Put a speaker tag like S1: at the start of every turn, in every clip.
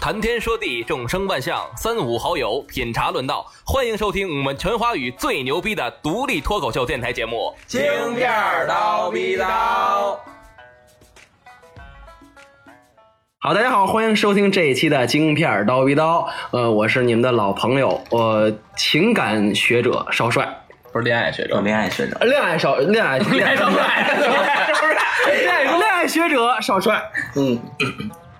S1: 谈天说地，众生万象，三五好友品茶论道，欢迎收听我们全华语最牛逼的独立脱口秀电台节目。
S2: 京片儿叨逼叨。
S3: 好，大家好，欢迎收听这一期的京片儿叨逼叨。呃，我是你们的老朋友，呃，情感学者少帅，
S1: 不是恋爱学
S2: 有，恋爱学者，
S3: 恋爱少恋 爱恋爱少帅，恋爱恋爱学者少帅，嗯，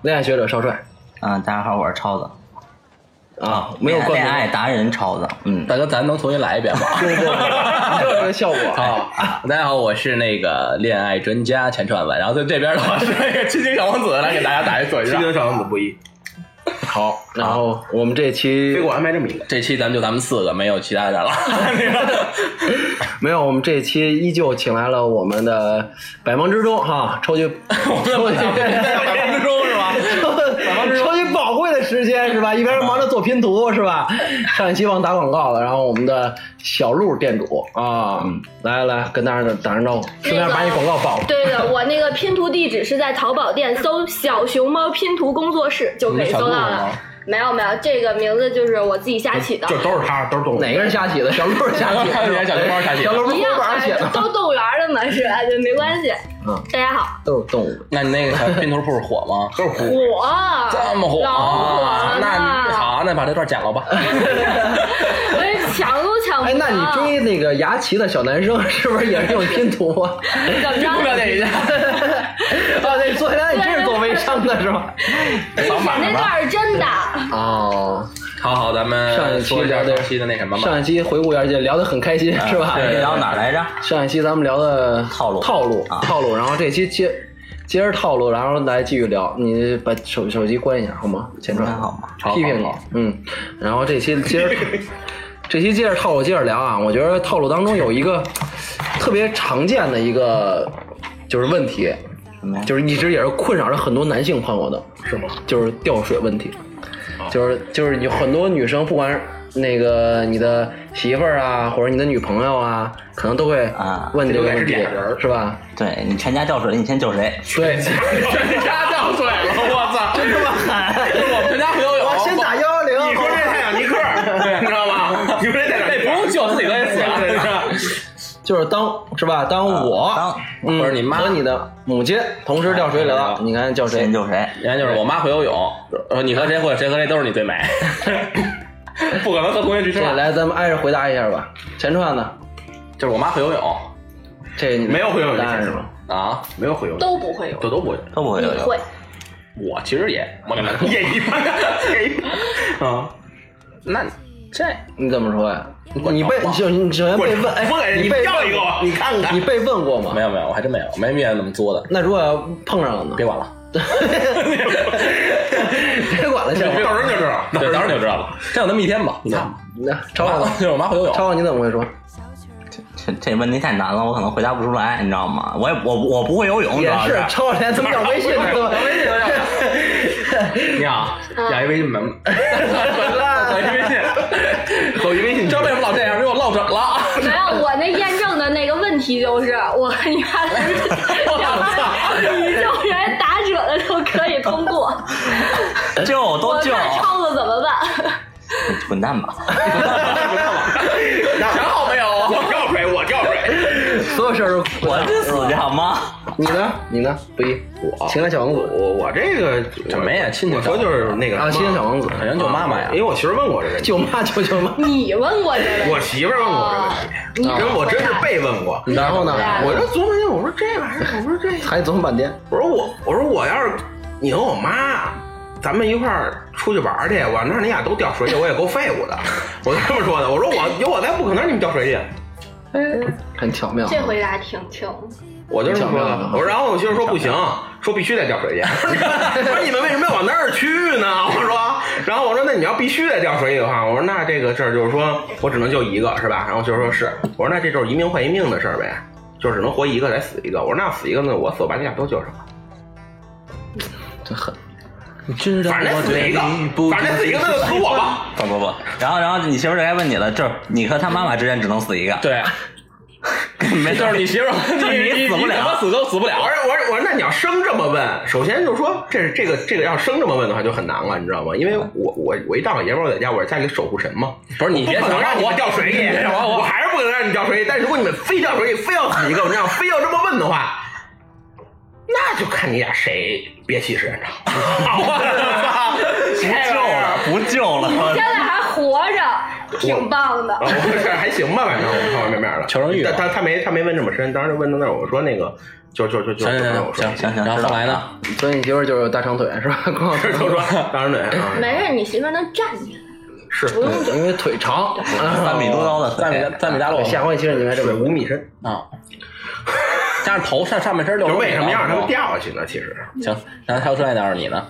S3: 恋爱学者少帅
S2: 啊，大家好，我是超子，
S3: 啊，没有冠
S2: 恋
S3: 名，
S2: 爱达人超子，嗯，
S1: 大哥，咱能重新来一遍吗？
S3: 不不不，就是这个效果啊。
S1: 大家好，我是那个恋爱专家钱川文，然后在这边的话是那个亲情小王子，来给大家打一嘴
S3: 七星少王子不一，
S1: 好，
S3: 然后我们这 期
S4: 给我安排这么一个，
S1: 这期咱们就咱们四个，没有其他人了。
S3: 没有，我们这期依旧请来了我们的百忙之中哈，抽取抽取
S1: 百分钟是吧？
S3: 抽取宝贵的时间是吧？一边忙着做拼图是吧？上一期忘打广告了，然后我们的小鹿店主啊，来来跟大家打声招呼，顺便把你广告报了。
S5: 对的，我那个拼图地址是在淘宝店搜“小熊猫拼图工作室”就可以搜到了。没有没有，这个名字就是我自己瞎起的，
S4: 就都是他，都是动物。
S3: 哪个是瞎起的？小鹿是瞎起
S1: 看
S3: 的，
S1: 小熊猫下去
S3: 小。鹿是
S5: 一
S3: 后
S5: 样
S3: 边写
S5: 哎
S3: 的，
S5: 都动物园的嘛，是吧？就没关系。
S3: 嗯，
S5: 大家好，
S3: 都是动物。
S1: 那你那个小拼图铺火吗？
S4: 都是虎。
S5: 火
S1: 这么火，啊
S5: 老火了
S1: 那你
S5: 呢，
S1: 好，那把这段剪了吧。
S5: 我也抢都抢不
S3: 哎
S5: 着。，
S3: 那你追那个牙旗的小男生 是不是也是用拼图啊？
S5: 怎么着？
S3: 解一 下。啊，对，做那你真是做微商的是吧？
S5: 以前哎那段是真的，
S3: 哦，
S1: 好好，咱们
S3: 上一期
S1: 说一下
S3: 聊的
S1: 上期的那什么吧。
S3: 上一期回顾一下，就聊得很开心是吧？
S1: 对
S2: 聊哪儿来着？
S3: 上一期咱们聊的
S2: 套路
S3: 套路，
S2: 啊
S3: 套路，然后这期接接着套路，然后来继续聊。你把手手机关一下好吗？前
S2: 还
S3: 传，
S2: 好吗？
S1: 好
S3: 批评
S1: 好
S3: 你
S1: 好，
S3: 嗯。然后这期接 着，这期接着套路接着聊啊。我觉得套路当中有一个特别常见的一个就是问题，
S2: 什么呀？
S3: 就是一直也是困扰着很多男性朋友的，
S4: 是吗？哦
S3: 就是掉水问题，就是就是有很多女生，不管是那个你的媳妇儿啊，或者你的女朋友啊，可能都会
S2: 啊
S3: 问你这个问题
S4: 这都得是俩人，儿
S3: 是吧？
S2: 对你全家掉水，你先救谁？
S3: 对，
S1: 全家掉水了， 我操！真他妈 狠！我们全家不游泳，
S3: 打幺幺
S4: 哦你说这泰坦尼克， 你知 道吗？你说这泰坦
S1: 那哎
S4: 尼
S1: 不
S4: 克，
S1: 用救，自己都得死
S4: 对
S1: 了。
S4: 对对
S3: 就是当是吧？当我
S2: 当
S3: 嗯
S1: 啊或者你妈
S3: 和你的母亲同时掉水里了，你看叫谁
S2: 先？救谁？
S1: 原来就是我妈会游泳，呃，你和谁会，谁和谁都是你最 美。不可能和同学去吃
S3: 这
S1: 饭，
S3: 来，咱们挨着回答一下吧。前串呢？
S1: 就是我妈会游泳
S3: 这
S4: 没有会游泳
S3: 答案
S4: 的
S3: 是
S4: 是
S3: 吗
S4: 吗？？
S1: 啊，
S4: 没有会游泳，
S5: 都不会有
S4: 这。都不会游泳。
S2: 都不会
S5: 你
S2: 有。
S5: 会，
S1: 我其实 也，我跟你们
S4: 也一般，也一 般。
S1: 啊，那这
S3: 你怎么说呀？
S1: 我
S3: 你被
S1: 我
S3: 你首先你首先被问，哎
S4: 我给，人
S3: 你被
S4: 掉
S3: 问
S4: 一个吧，你看看
S3: 你。被问过吗
S1: 没？有没有，我还真没有，没遇见那么作的，
S3: 那如果要碰上了呢？
S1: 别管 了。
S3: 别管了，先
S4: 到时候就知道，
S1: 对，当时就知道了。真有那么一天吧，你看吧，
S3: 那超超呢
S1: 就是我妈会游泳，
S3: 超超你怎么会说？
S2: 这这问题太难了，我可能回答不出来，你知道吗？我也我我不会游泳，主
S3: 也
S2: 要
S3: 是超超连他妈要微信都
S1: 你好，加一微信 门，加一微信，走一微信，你知道为什么老这样？因为我落枕了。
S5: 没有我那验证的那个问题就是，我和你妈的宇宙人打者的都可以通过。
S2: 救
S5: 我
S2: 都救，
S5: 看超子怎么办？
S2: 滚 蛋吧！
S1: 想好没有？
S4: 我掉水，我掉水，
S3: 所有事儿都
S2: 我去死去好吗？
S3: 你呢？你呢？不一，
S4: 我
S3: 情感小王子
S4: 我我这个
S1: 什么呀亲戚
S4: 我说就是那个
S3: 啊，情感小王子，
S1: 好像就妈妈呀
S4: 因为，我媳妇问我这问题，
S3: 舅妈舅舅妈。
S5: 你问我这个
S4: 我媳妇问我这问题，
S5: 你
S4: 因为我真是被问过。
S3: 然后呢？
S5: 啊
S4: 我这琢磨一下，我说这玩意儿，我说这
S3: 还琢磨半天，
S4: 我说我，我说我要是你和我妈，咱们一块儿出去玩儿去，我要能让你俩都掉水里，我也够废物的。我就这么说的，我说我有我在，不可能让你们掉水里。
S3: 很巧妙。
S5: 这回答挺挺，
S4: 我就这么说
S3: 你想不
S4: 的
S3: 想。
S4: 我说然后我媳妇说不行，说必须得掉水 里。我说你们为什么要往那儿去呢？我说，然后我说那你要必须得掉水里的话，我说那这个事儿就是说我只能救一个是吧？然后我媳妇说是，我说那这就是一命换一命的事儿呗，就只能活一个得死一个。我说那死一个呢，我死我把你俩都救上了。
S3: 这狠，
S1: 知
S4: 反正那死一个，反正那死一个那就死我吧。
S2: 不 不不，然后然后你媳妇儿就该问你了，就是你和他妈妈之间只能死一个，
S1: 对，
S2: 没事
S1: 就
S2: 儿
S1: 是你媳 妇儿，
S2: 你
S1: 你
S2: 死不了
S1: 你他妈死都死不了
S4: 我。说我说我说，那你要生这么问，首先就说这这个这个要生这么问的话就很难了，你知道吗？因为我我我一大老爷们儿我在家，我是家里守护神嘛，
S1: 不是你
S4: 不
S1: 别
S4: 可
S1: 想
S4: 能
S1: 让
S4: 让你
S1: 我
S4: 们掉水里，
S1: 别想让我
S4: 我还是不可能让你掉水里。但如果你们非掉水里，非要死一个，我这样非要这么问的话，那就看你俩谁憋气时间 长。啊
S2: 不救了， 不救了
S5: 现。在还活着，挺棒的
S4: 啊，。呃我这还行吧，反正我看我面面的。
S1: 求生欲啊
S4: 但他他没他没问这么深，当时问到那儿，我说那个就就就就
S1: 行
S4: 就
S1: 行
S4: 让
S1: 行
S4: 我说，
S1: 行
S2: 行行
S1: 然后
S2: 知道
S1: 后来呢？
S3: 所以你媳妇儿就是大长腿是吧？光
S4: 就
S3: 腿
S4: 说当然对啊，
S5: 没事，你媳妇儿能站起来，
S4: 是
S5: 不用
S3: 嗯因为腿长，啊哎
S2: 三米多高的腿
S1: 赞美赞美大陆
S3: 下回其实你应该这
S4: 水
S3: 么
S4: 五米深，哦
S1: 啊，加上头上上半身
S4: 就
S1: 六
S4: 是
S1: 十米
S4: 为什么要让他们
S1: 高
S4: 掉下去呢？其实
S1: 行，然后还有这点是你呢，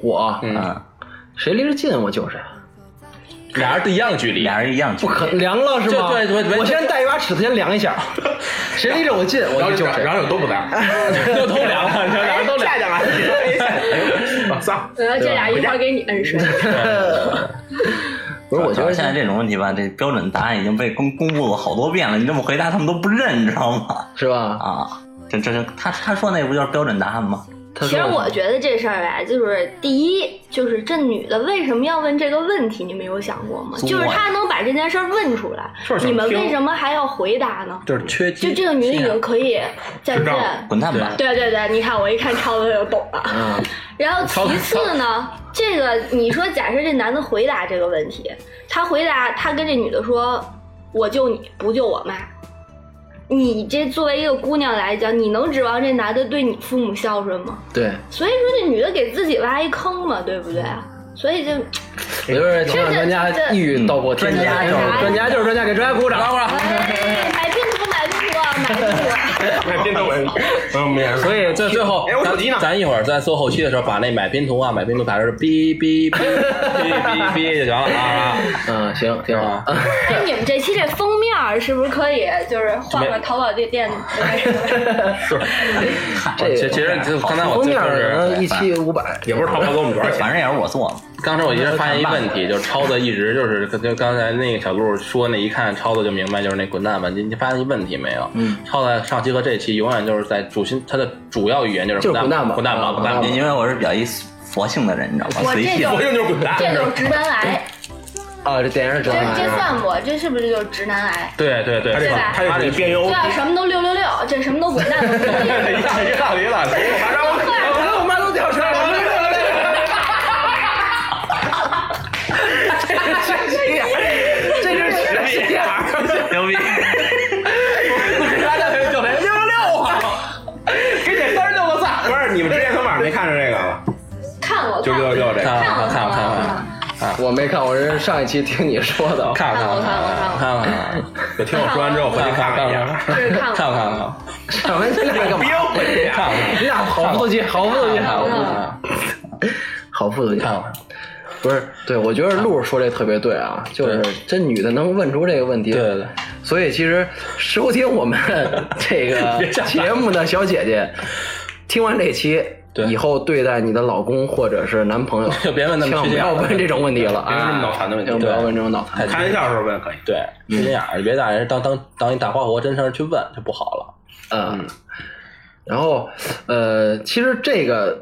S3: 我
S2: 嗯，
S3: 谁离着近我救谁，
S1: 俩人都一样距 离，
S2: 俩人一样距
S3: 不
S2: 离，
S3: 可量了是
S1: 这
S3: 吗？
S1: 对对对
S3: 我先带一把尺子先量一下，谁离着我近我
S4: 然后
S3: 就
S4: 就
S3: 救谁
S4: 然。后 就都不 在，哎
S1: 都都凉了，俩人都 凉。
S4: 下去了， 我操！
S5: 然呃后这俩一块儿给你摁身。
S3: 不是，我 觉得
S2: 现在这种问题吧，这标准答案已经被公公布了好多遍了，你这么回答他们都不认，你知道吗？
S3: 是吧？
S2: 啊，这这是他他说那不就是标准答案吗？
S3: 他
S5: 其
S3: 说
S5: 实我觉得这事儿啊，就是第一，就是这女的为什么要问这个问题？你们有想过吗？
S2: 作
S5: 就是她能把这件事儿问出来
S4: 就是，想
S5: 你们
S4: 听
S5: 为什么还要回答呢？
S1: 就是
S3: 嗯
S1: 缺
S5: 就这个女的已经可以再
S4: 知
S5: 见
S4: 道。
S2: 滚蛋吧！
S5: 对对对，你看我一看超子就懂了。
S3: 嗯，
S5: 然后其次呢，这个你说，假设这男的回答这个问题，他回答他跟这女的说：“我救你，不救我妈。”你这作为一个姑娘来讲，你能指望这男的对你父母孝顺吗？
S3: 对，
S5: 所以说这女的给自己挖一坑嘛，对不对？所以就
S3: 我觉得情感专家一语道破天机，
S5: 嗯专家
S3: 专家就是专家，给专家鼓掌。
S5: 哎，买拼图，买拼图啊，买拼图。
S4: 哎真的我，嗯，没事
S1: 所以这最后，
S4: 哎我手机呢
S1: 咱咱一会儿在做后期的时候，把那买拼图啊、买拼图打成哔哔哔哔哔哔就行了啊，
S3: 嗯，行，挺 好。
S5: 哎，你们这期这封面儿是不是可以就是换个淘宝店店？
S4: 是，
S1: 其实
S3: 这
S1: 其实就刚才我
S3: 封
S1: 就
S3: 面
S1: 就
S3: 儿啊
S1: 是
S3: 一期五百，
S4: 也不是淘宝给我们多少钱，
S2: 反正也是我做的，
S1: 刚才我一直发现一问题，就是超子一直就是就刚才那个小鹿说那一看超子就明白就是那滚蛋吧，你你发现一问题没有？嗯，超子上期和这期永远就是在主心，他的主要语言就是
S3: 就是
S1: 滚
S3: 滚蛋
S1: 吧，
S3: 吧
S1: 滚蛋吧，
S3: 啊
S1: 滚蛋吧
S3: 滚蛋吧。
S2: 因为我是比较一佛性的人，你知道吗？
S5: 我
S2: 随
S5: 这
S2: 性
S5: 种。
S4: 哎我就就是滚蛋，
S5: 这就是直男癌，
S3: 啊，这电影是真
S5: 这
S3: 爱
S5: 这
S3: 啊。
S5: 算不？这是不是就是直男癌？
S1: 对对对，
S4: 他这
S5: 对吧
S4: 哎他这属于边
S5: 这
S4: 哎 忧，
S5: 要什么都六六六，这什么都滚蛋都不
S4: 一
S5: 对。
S4: 大一大一大，反正
S3: 哎
S4: 我我跟我妈都掉车了。
S3: 这是
S4: 这样，
S2: 牛逼！
S4: 给这三十六个赞。不是你们之前从网上没看着这个吗？
S5: 看我，
S4: 就
S5: 看
S4: 六
S5: 我，
S4: 六 这
S1: 看
S4: 个，
S1: 了
S5: 看我，
S1: 看了
S5: 看我，
S1: 看
S5: 看
S1: 了看
S5: 我
S1: 了。
S3: 我没看，我是上一期听你说的。
S1: 看了
S5: 看了
S1: 看了看了。
S4: 就听我说完之后回去 看看一下。
S5: 这是
S1: 看
S5: 看我，
S1: 看看看
S3: 什么？你俩干嘛？
S4: 病
S1: 看
S3: 你俩好不投机，好不投机，
S1: 看
S5: 我
S1: 看
S3: 好不投机。
S1: 看看，
S3: 不是，对我觉得鹿说这特别对啊，就是
S1: 对
S3: 这女的能问出这个问题，
S1: 对对对，
S3: 所以其实收听我们这个
S1: 别吓人
S3: 节目的小姐姐，听完这期
S1: 对
S3: 以后，对待你的老公或者是男朋友，
S1: 就别问那么
S3: 千万
S1: 虚
S3: 不
S1: 假
S3: 要
S1: 的
S3: 问这种问题了，
S4: 别问这么
S3: 啊
S4: 脑残的问题
S3: 千万不要
S1: 对
S3: 问这种脑
S1: 太
S3: 残。
S4: 开玩笑的时候问可以。
S1: 对，是这样，你别当人当当当一大花活，真事儿去问就不好了。
S3: 嗯，然后呃，其实这个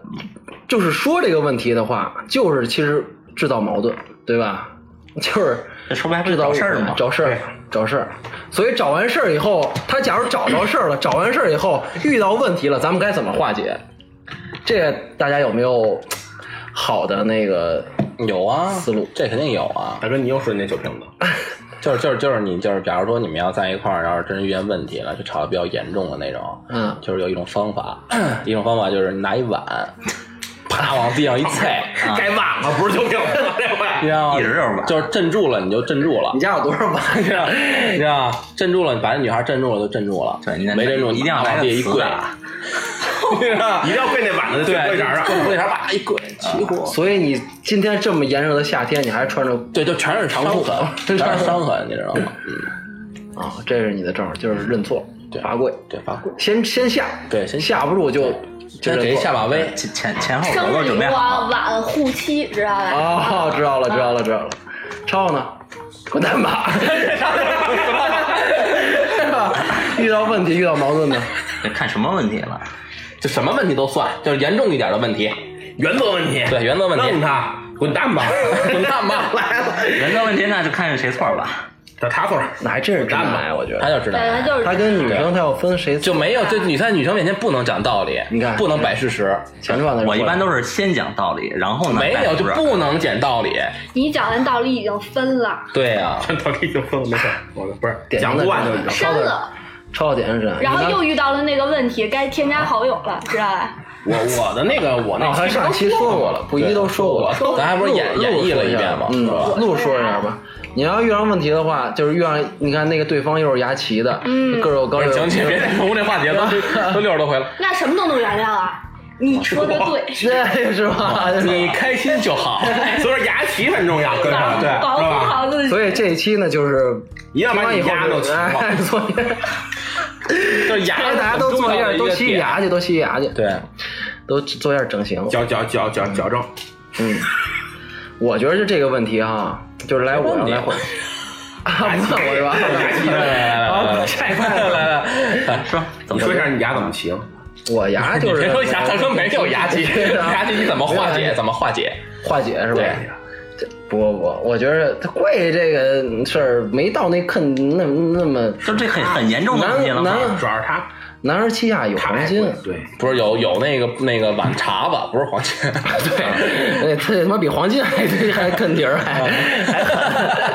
S3: 就是说这个问题的话，就是其实制造矛盾，对吧？ 就是
S2: 这说白了不
S3: 制
S2: 是
S3: 造
S2: 找事儿吗？
S3: 找事儿
S4: 对，
S3: 找事儿。所以找完事儿以后，他假如找着事儿了，找完事儿以后遇到问题了，咱们该怎么化解？这个大家有没有好的那个？
S1: 有啊，
S3: 思路
S1: 这肯定有啊，
S4: 大哥，你又说你那酒瓶子，
S1: 就是就是就是你就是，假如说你们要在一块儿，要是真是遇见问题了，就吵得比较严重的那种，
S3: 嗯，
S1: 就是有一种方法，一种方法就是拿一碗，啪往地上一踩，
S4: 该骂了，不是酒瓶子，对吧
S1: 你？知道吗？
S2: 一直就是碗
S1: 就是镇住了，你就镇住了
S3: 你。家有多少碗？
S1: 你知道，你知道，镇住了，把那女孩镇住了就镇住了，
S2: 对你看
S1: 没镇住
S2: 一定要来
S1: 往
S2: 个
S1: 地一
S2: 词
S1: 跪，
S2: 啊
S1: 你知道
S4: 一定要跪那碗的，
S1: 对，
S4: 跪啥上。
S1: 跪啥吧，一 跪，起火，
S3: 所以你今天这么炎热的夏天，你还穿着
S1: 对，就全是伤
S3: 长
S1: 痕
S3: 裤，
S1: 全是伤痕，你知道吗？嗯
S3: 啊、这是你的招儿，就是认错
S1: 对，
S3: 罚跪，
S1: 对，罚跪，
S3: 先先下，
S1: 对先
S3: 下不住就就
S1: 先给
S3: 认
S1: 一
S3: 错
S1: 下马威，
S2: 前前前后
S5: 生
S2: 左右
S5: 日
S2: 准备
S5: 烛
S2: 好了，
S5: 光晚护妻，知道吧？
S3: 哦，知道了，知道了，知道了。超呢？滚蛋吧！遇到问题、遇到矛盾呢？
S2: 这看什么问题了？
S1: 就什么问题都算，就是严重一点的问题，
S4: 原则问题，
S1: 对原则问题
S4: 弄，他，滚蛋吧，
S1: 滚蛋吧，
S4: 来了，
S2: 原则问题那就看谁错吧。
S4: 这 他错了，
S3: 那还真是直男癌，我觉
S1: 他
S3: 得
S1: 就知道。
S5: 对，他就是
S3: 他跟女生他要分谁
S1: 就没有，就你在女生面前不能讲道理，
S3: 你看
S1: 不能摆事实，
S3: 前传的，
S2: 我一般
S3: 是
S2: 都是先讲道理，然后呢
S1: 没
S2: 再
S1: 有就
S2: 说
S1: 不能讲道理。
S5: 你讲完道理已经分了，
S1: 对呀、
S4: 这道理就分了，没事，我不是
S3: 典型
S4: 讲
S3: 的
S4: 不完
S3: 直
S4: 就
S3: 男
S4: 你
S3: 癌
S4: 知道
S5: 删了，
S3: 超典型直男癌，
S5: 然后
S3: 啊你看
S5: 又遇到了那个问题，该添加好友了，知道吧？
S4: 我我的那个我那
S3: 哦，他上期说过了，不一都说过了，
S1: 咱还不是演
S3: 录
S1: 演绎了一遍吗
S3: 嗯
S1: 是吧，
S3: 录说一下吧。你要遇上问题的话，就是遇上你看那个对方又是牙齐的，
S5: 嗯
S3: 个儿又高
S1: 不
S3: 又
S1: 是，行，行，别再重复这话题了，都都六十多回了。
S5: 那什么都能原谅啊？你说的对，
S3: 对是吧？
S1: 你开心就好，
S4: 所以说牙齐很重要，跟上啊对，啊
S5: 保
S4: 是
S5: 护
S4: 吧？
S5: 好自 己。
S3: 所以这一期呢，就是
S4: 一定要
S3: 听
S4: 把
S3: 完
S4: 你
S3: 以后
S4: 牙都齐
S3: 就
S4: 了。
S3: 哎做一下，哎
S1: 就是牙
S3: 大家都做一下，都洗洗牙去，都洗洗牙去，
S1: 对，
S3: 都做一下整形。
S4: 矫矫矫矫矫正，
S3: 嗯，我觉得就这个问题哈，就是来我要来回，啊，不 问我是吧？
S1: 来来来来来，
S3: 下一
S1: 来来
S3: 块，
S1: 来来，
S2: 说怎
S4: 你
S2: 么
S4: 说一下你牙怎么齐吗？
S3: 我牙
S1: 你
S3: 就是啊
S1: 别说牙，他说没有牙齐， 牙齐你怎么化解？怎么化解？
S3: 化解是吧？
S1: 对
S3: 不不不，我觉得他贵这个事儿没到那坑那那么
S2: 就这很很严重的问题了
S3: 男
S2: 吗？
S3: 男
S4: 主要是他
S3: 男儿膝下有啊
S4: 他
S3: 黄
S4: 爱
S3: 金，
S4: 贵对，
S1: 不是有有那个那个碗茶 吧？不是黄金，对，
S3: 那哎他他妈比黄金还 还坑底儿还还
S2: 啊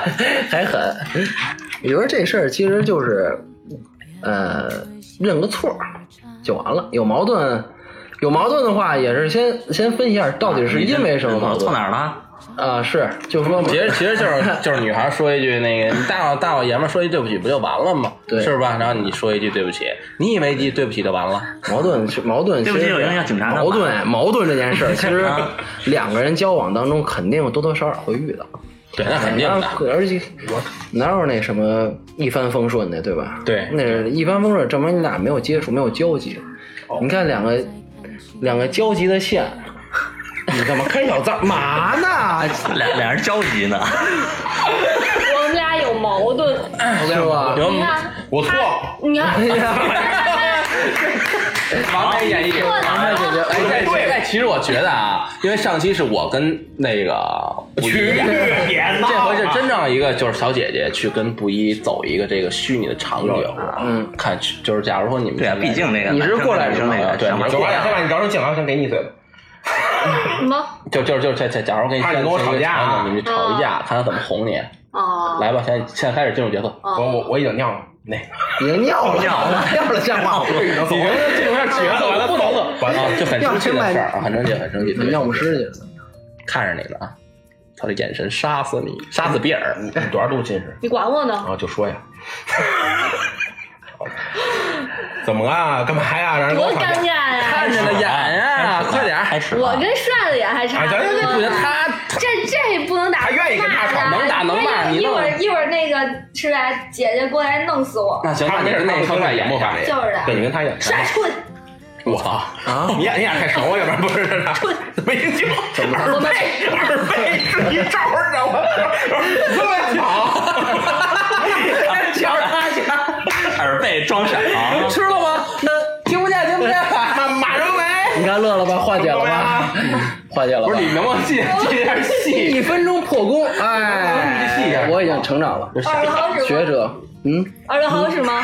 S3: 狠 还狠。你说这事儿其实就是，呃，认个错儿就完了。有矛盾，有矛盾的话也是先先分一下到底
S2: 啊
S3: 是因为什么矛
S2: 我错
S3: 盾
S2: 哪儿了？
S3: 啊？是就说嘛
S1: 其实其实 就是就是女孩说一句那个你大老大老爷们儿说一句对不起不就完了吗？
S3: 对
S1: 是吧？然后你说一句对不起，你以为一句对不起就完了？
S3: 矛盾是矛盾，
S2: 对
S3: 其
S2: 不起
S3: 实
S2: 有人要警察啊干嘛
S3: 矛盾矛盾这件 事儿，其实两个人交往当中肯定多多少少会遇到，
S1: 对，那肯定的。
S3: 而且哪有那什么一帆风顺的，对吧？
S1: 对
S3: 那是一帆风顺，证明你俩没有接触，没有交集。
S1: 哦
S3: 你看两个两个交集的线，你干嘛开小灶？嘛呢？
S2: 俩 俩人着急呢，
S5: 我们俩有矛盾，
S3: 是吧？
S1: 有
S5: 你看，
S4: 我错，
S5: 你看，
S1: 完美演绎。
S5: 错哪儿了？
S1: 嗯哎，但是但其实我觉得啊，因为上期是我跟那个不一，
S4: 别
S1: 这回
S2: 啊
S1: 是真正一个就是小姐姐去跟布衣走一个这个虚拟的场景，啊
S3: 嗯，
S1: 看就是假如说你们
S2: 对啊，
S1: 现在
S2: 毕竟那个
S3: 你是过来人
S2: 生那
S1: 嘛
S2: 个
S1: 对
S2: 想法
S1: 你
S2: 不
S1: 是
S2: 一
S4: 过来，
S2: 样
S4: 他把你饶成警察先给你一嘴巴。
S5: 什么？
S1: 就就就这这，假如跟你
S4: 怕你跟我吵架啊
S1: 你们吵一架，看他怎么哄你。
S5: 哦，
S1: 来吧，现在现在开始进入角色。
S4: 我
S5: 哦，
S4: 我我已经尿了，那个
S3: 已经尿了，
S2: 尿了
S3: 尿了，像话吗？
S4: 已经走了，这种角色完了，不能走，完
S1: 啊，就很生气的事儿啊，很生气，很生气。
S3: 你尿不湿去了。
S1: 看着你了啊！他的眼神杀死你，杀死比尔。
S4: 你多少度近视？
S5: 你管我呢？
S4: 啊，就说 呀。怎么啦？干嘛呀？让人跟
S5: 多
S4: 我吵
S5: 尴
S4: 架
S5: 尬！呀！
S1: 看着呢，演哎呀，快点儿！
S2: 开始了
S5: 我跟帅子也还差
S4: 哎
S5: 多
S4: 咱
S5: 呢。
S4: 这
S1: 不行，他
S5: 这这不能打，
S4: 他愿意跟他吵
S5: 骂的
S1: 能打能骂
S5: 一会儿
S1: 你
S5: 一
S1: 弄
S5: 会儿一会儿那个是吧？姐姐过来弄死我，
S1: 那行，
S4: 他
S1: 那
S4: 没
S1: 你
S4: 事，
S1: 跟那
S4: 那
S1: 个
S4: 跟
S1: 商
S4: 他
S1: 量演
S4: 演不
S1: 不
S4: 法
S1: 法。
S5: 就是啊的
S4: 对，你跟他演。
S5: 帅蠢，
S1: 我操！
S4: 你俩你俩太熟了，要不然不是怎么一听耳背耳背是一招儿，你知道吗？ 这么啊巧，
S1: 瞧他瞧，
S2: 耳背装傻啊，
S1: 哎吃了吗？那听不见，听不见。
S4: 马马上来，
S3: 你看乐了吧？化解了吧？化解了吧。
S1: 不是你能不能记记点儿戏？
S3: 一分钟破功，哎，我已经成长了，
S5: 耳朵好使
S3: 学
S5: 吗？
S3: 者，嗯，
S5: 耳朵好使吗？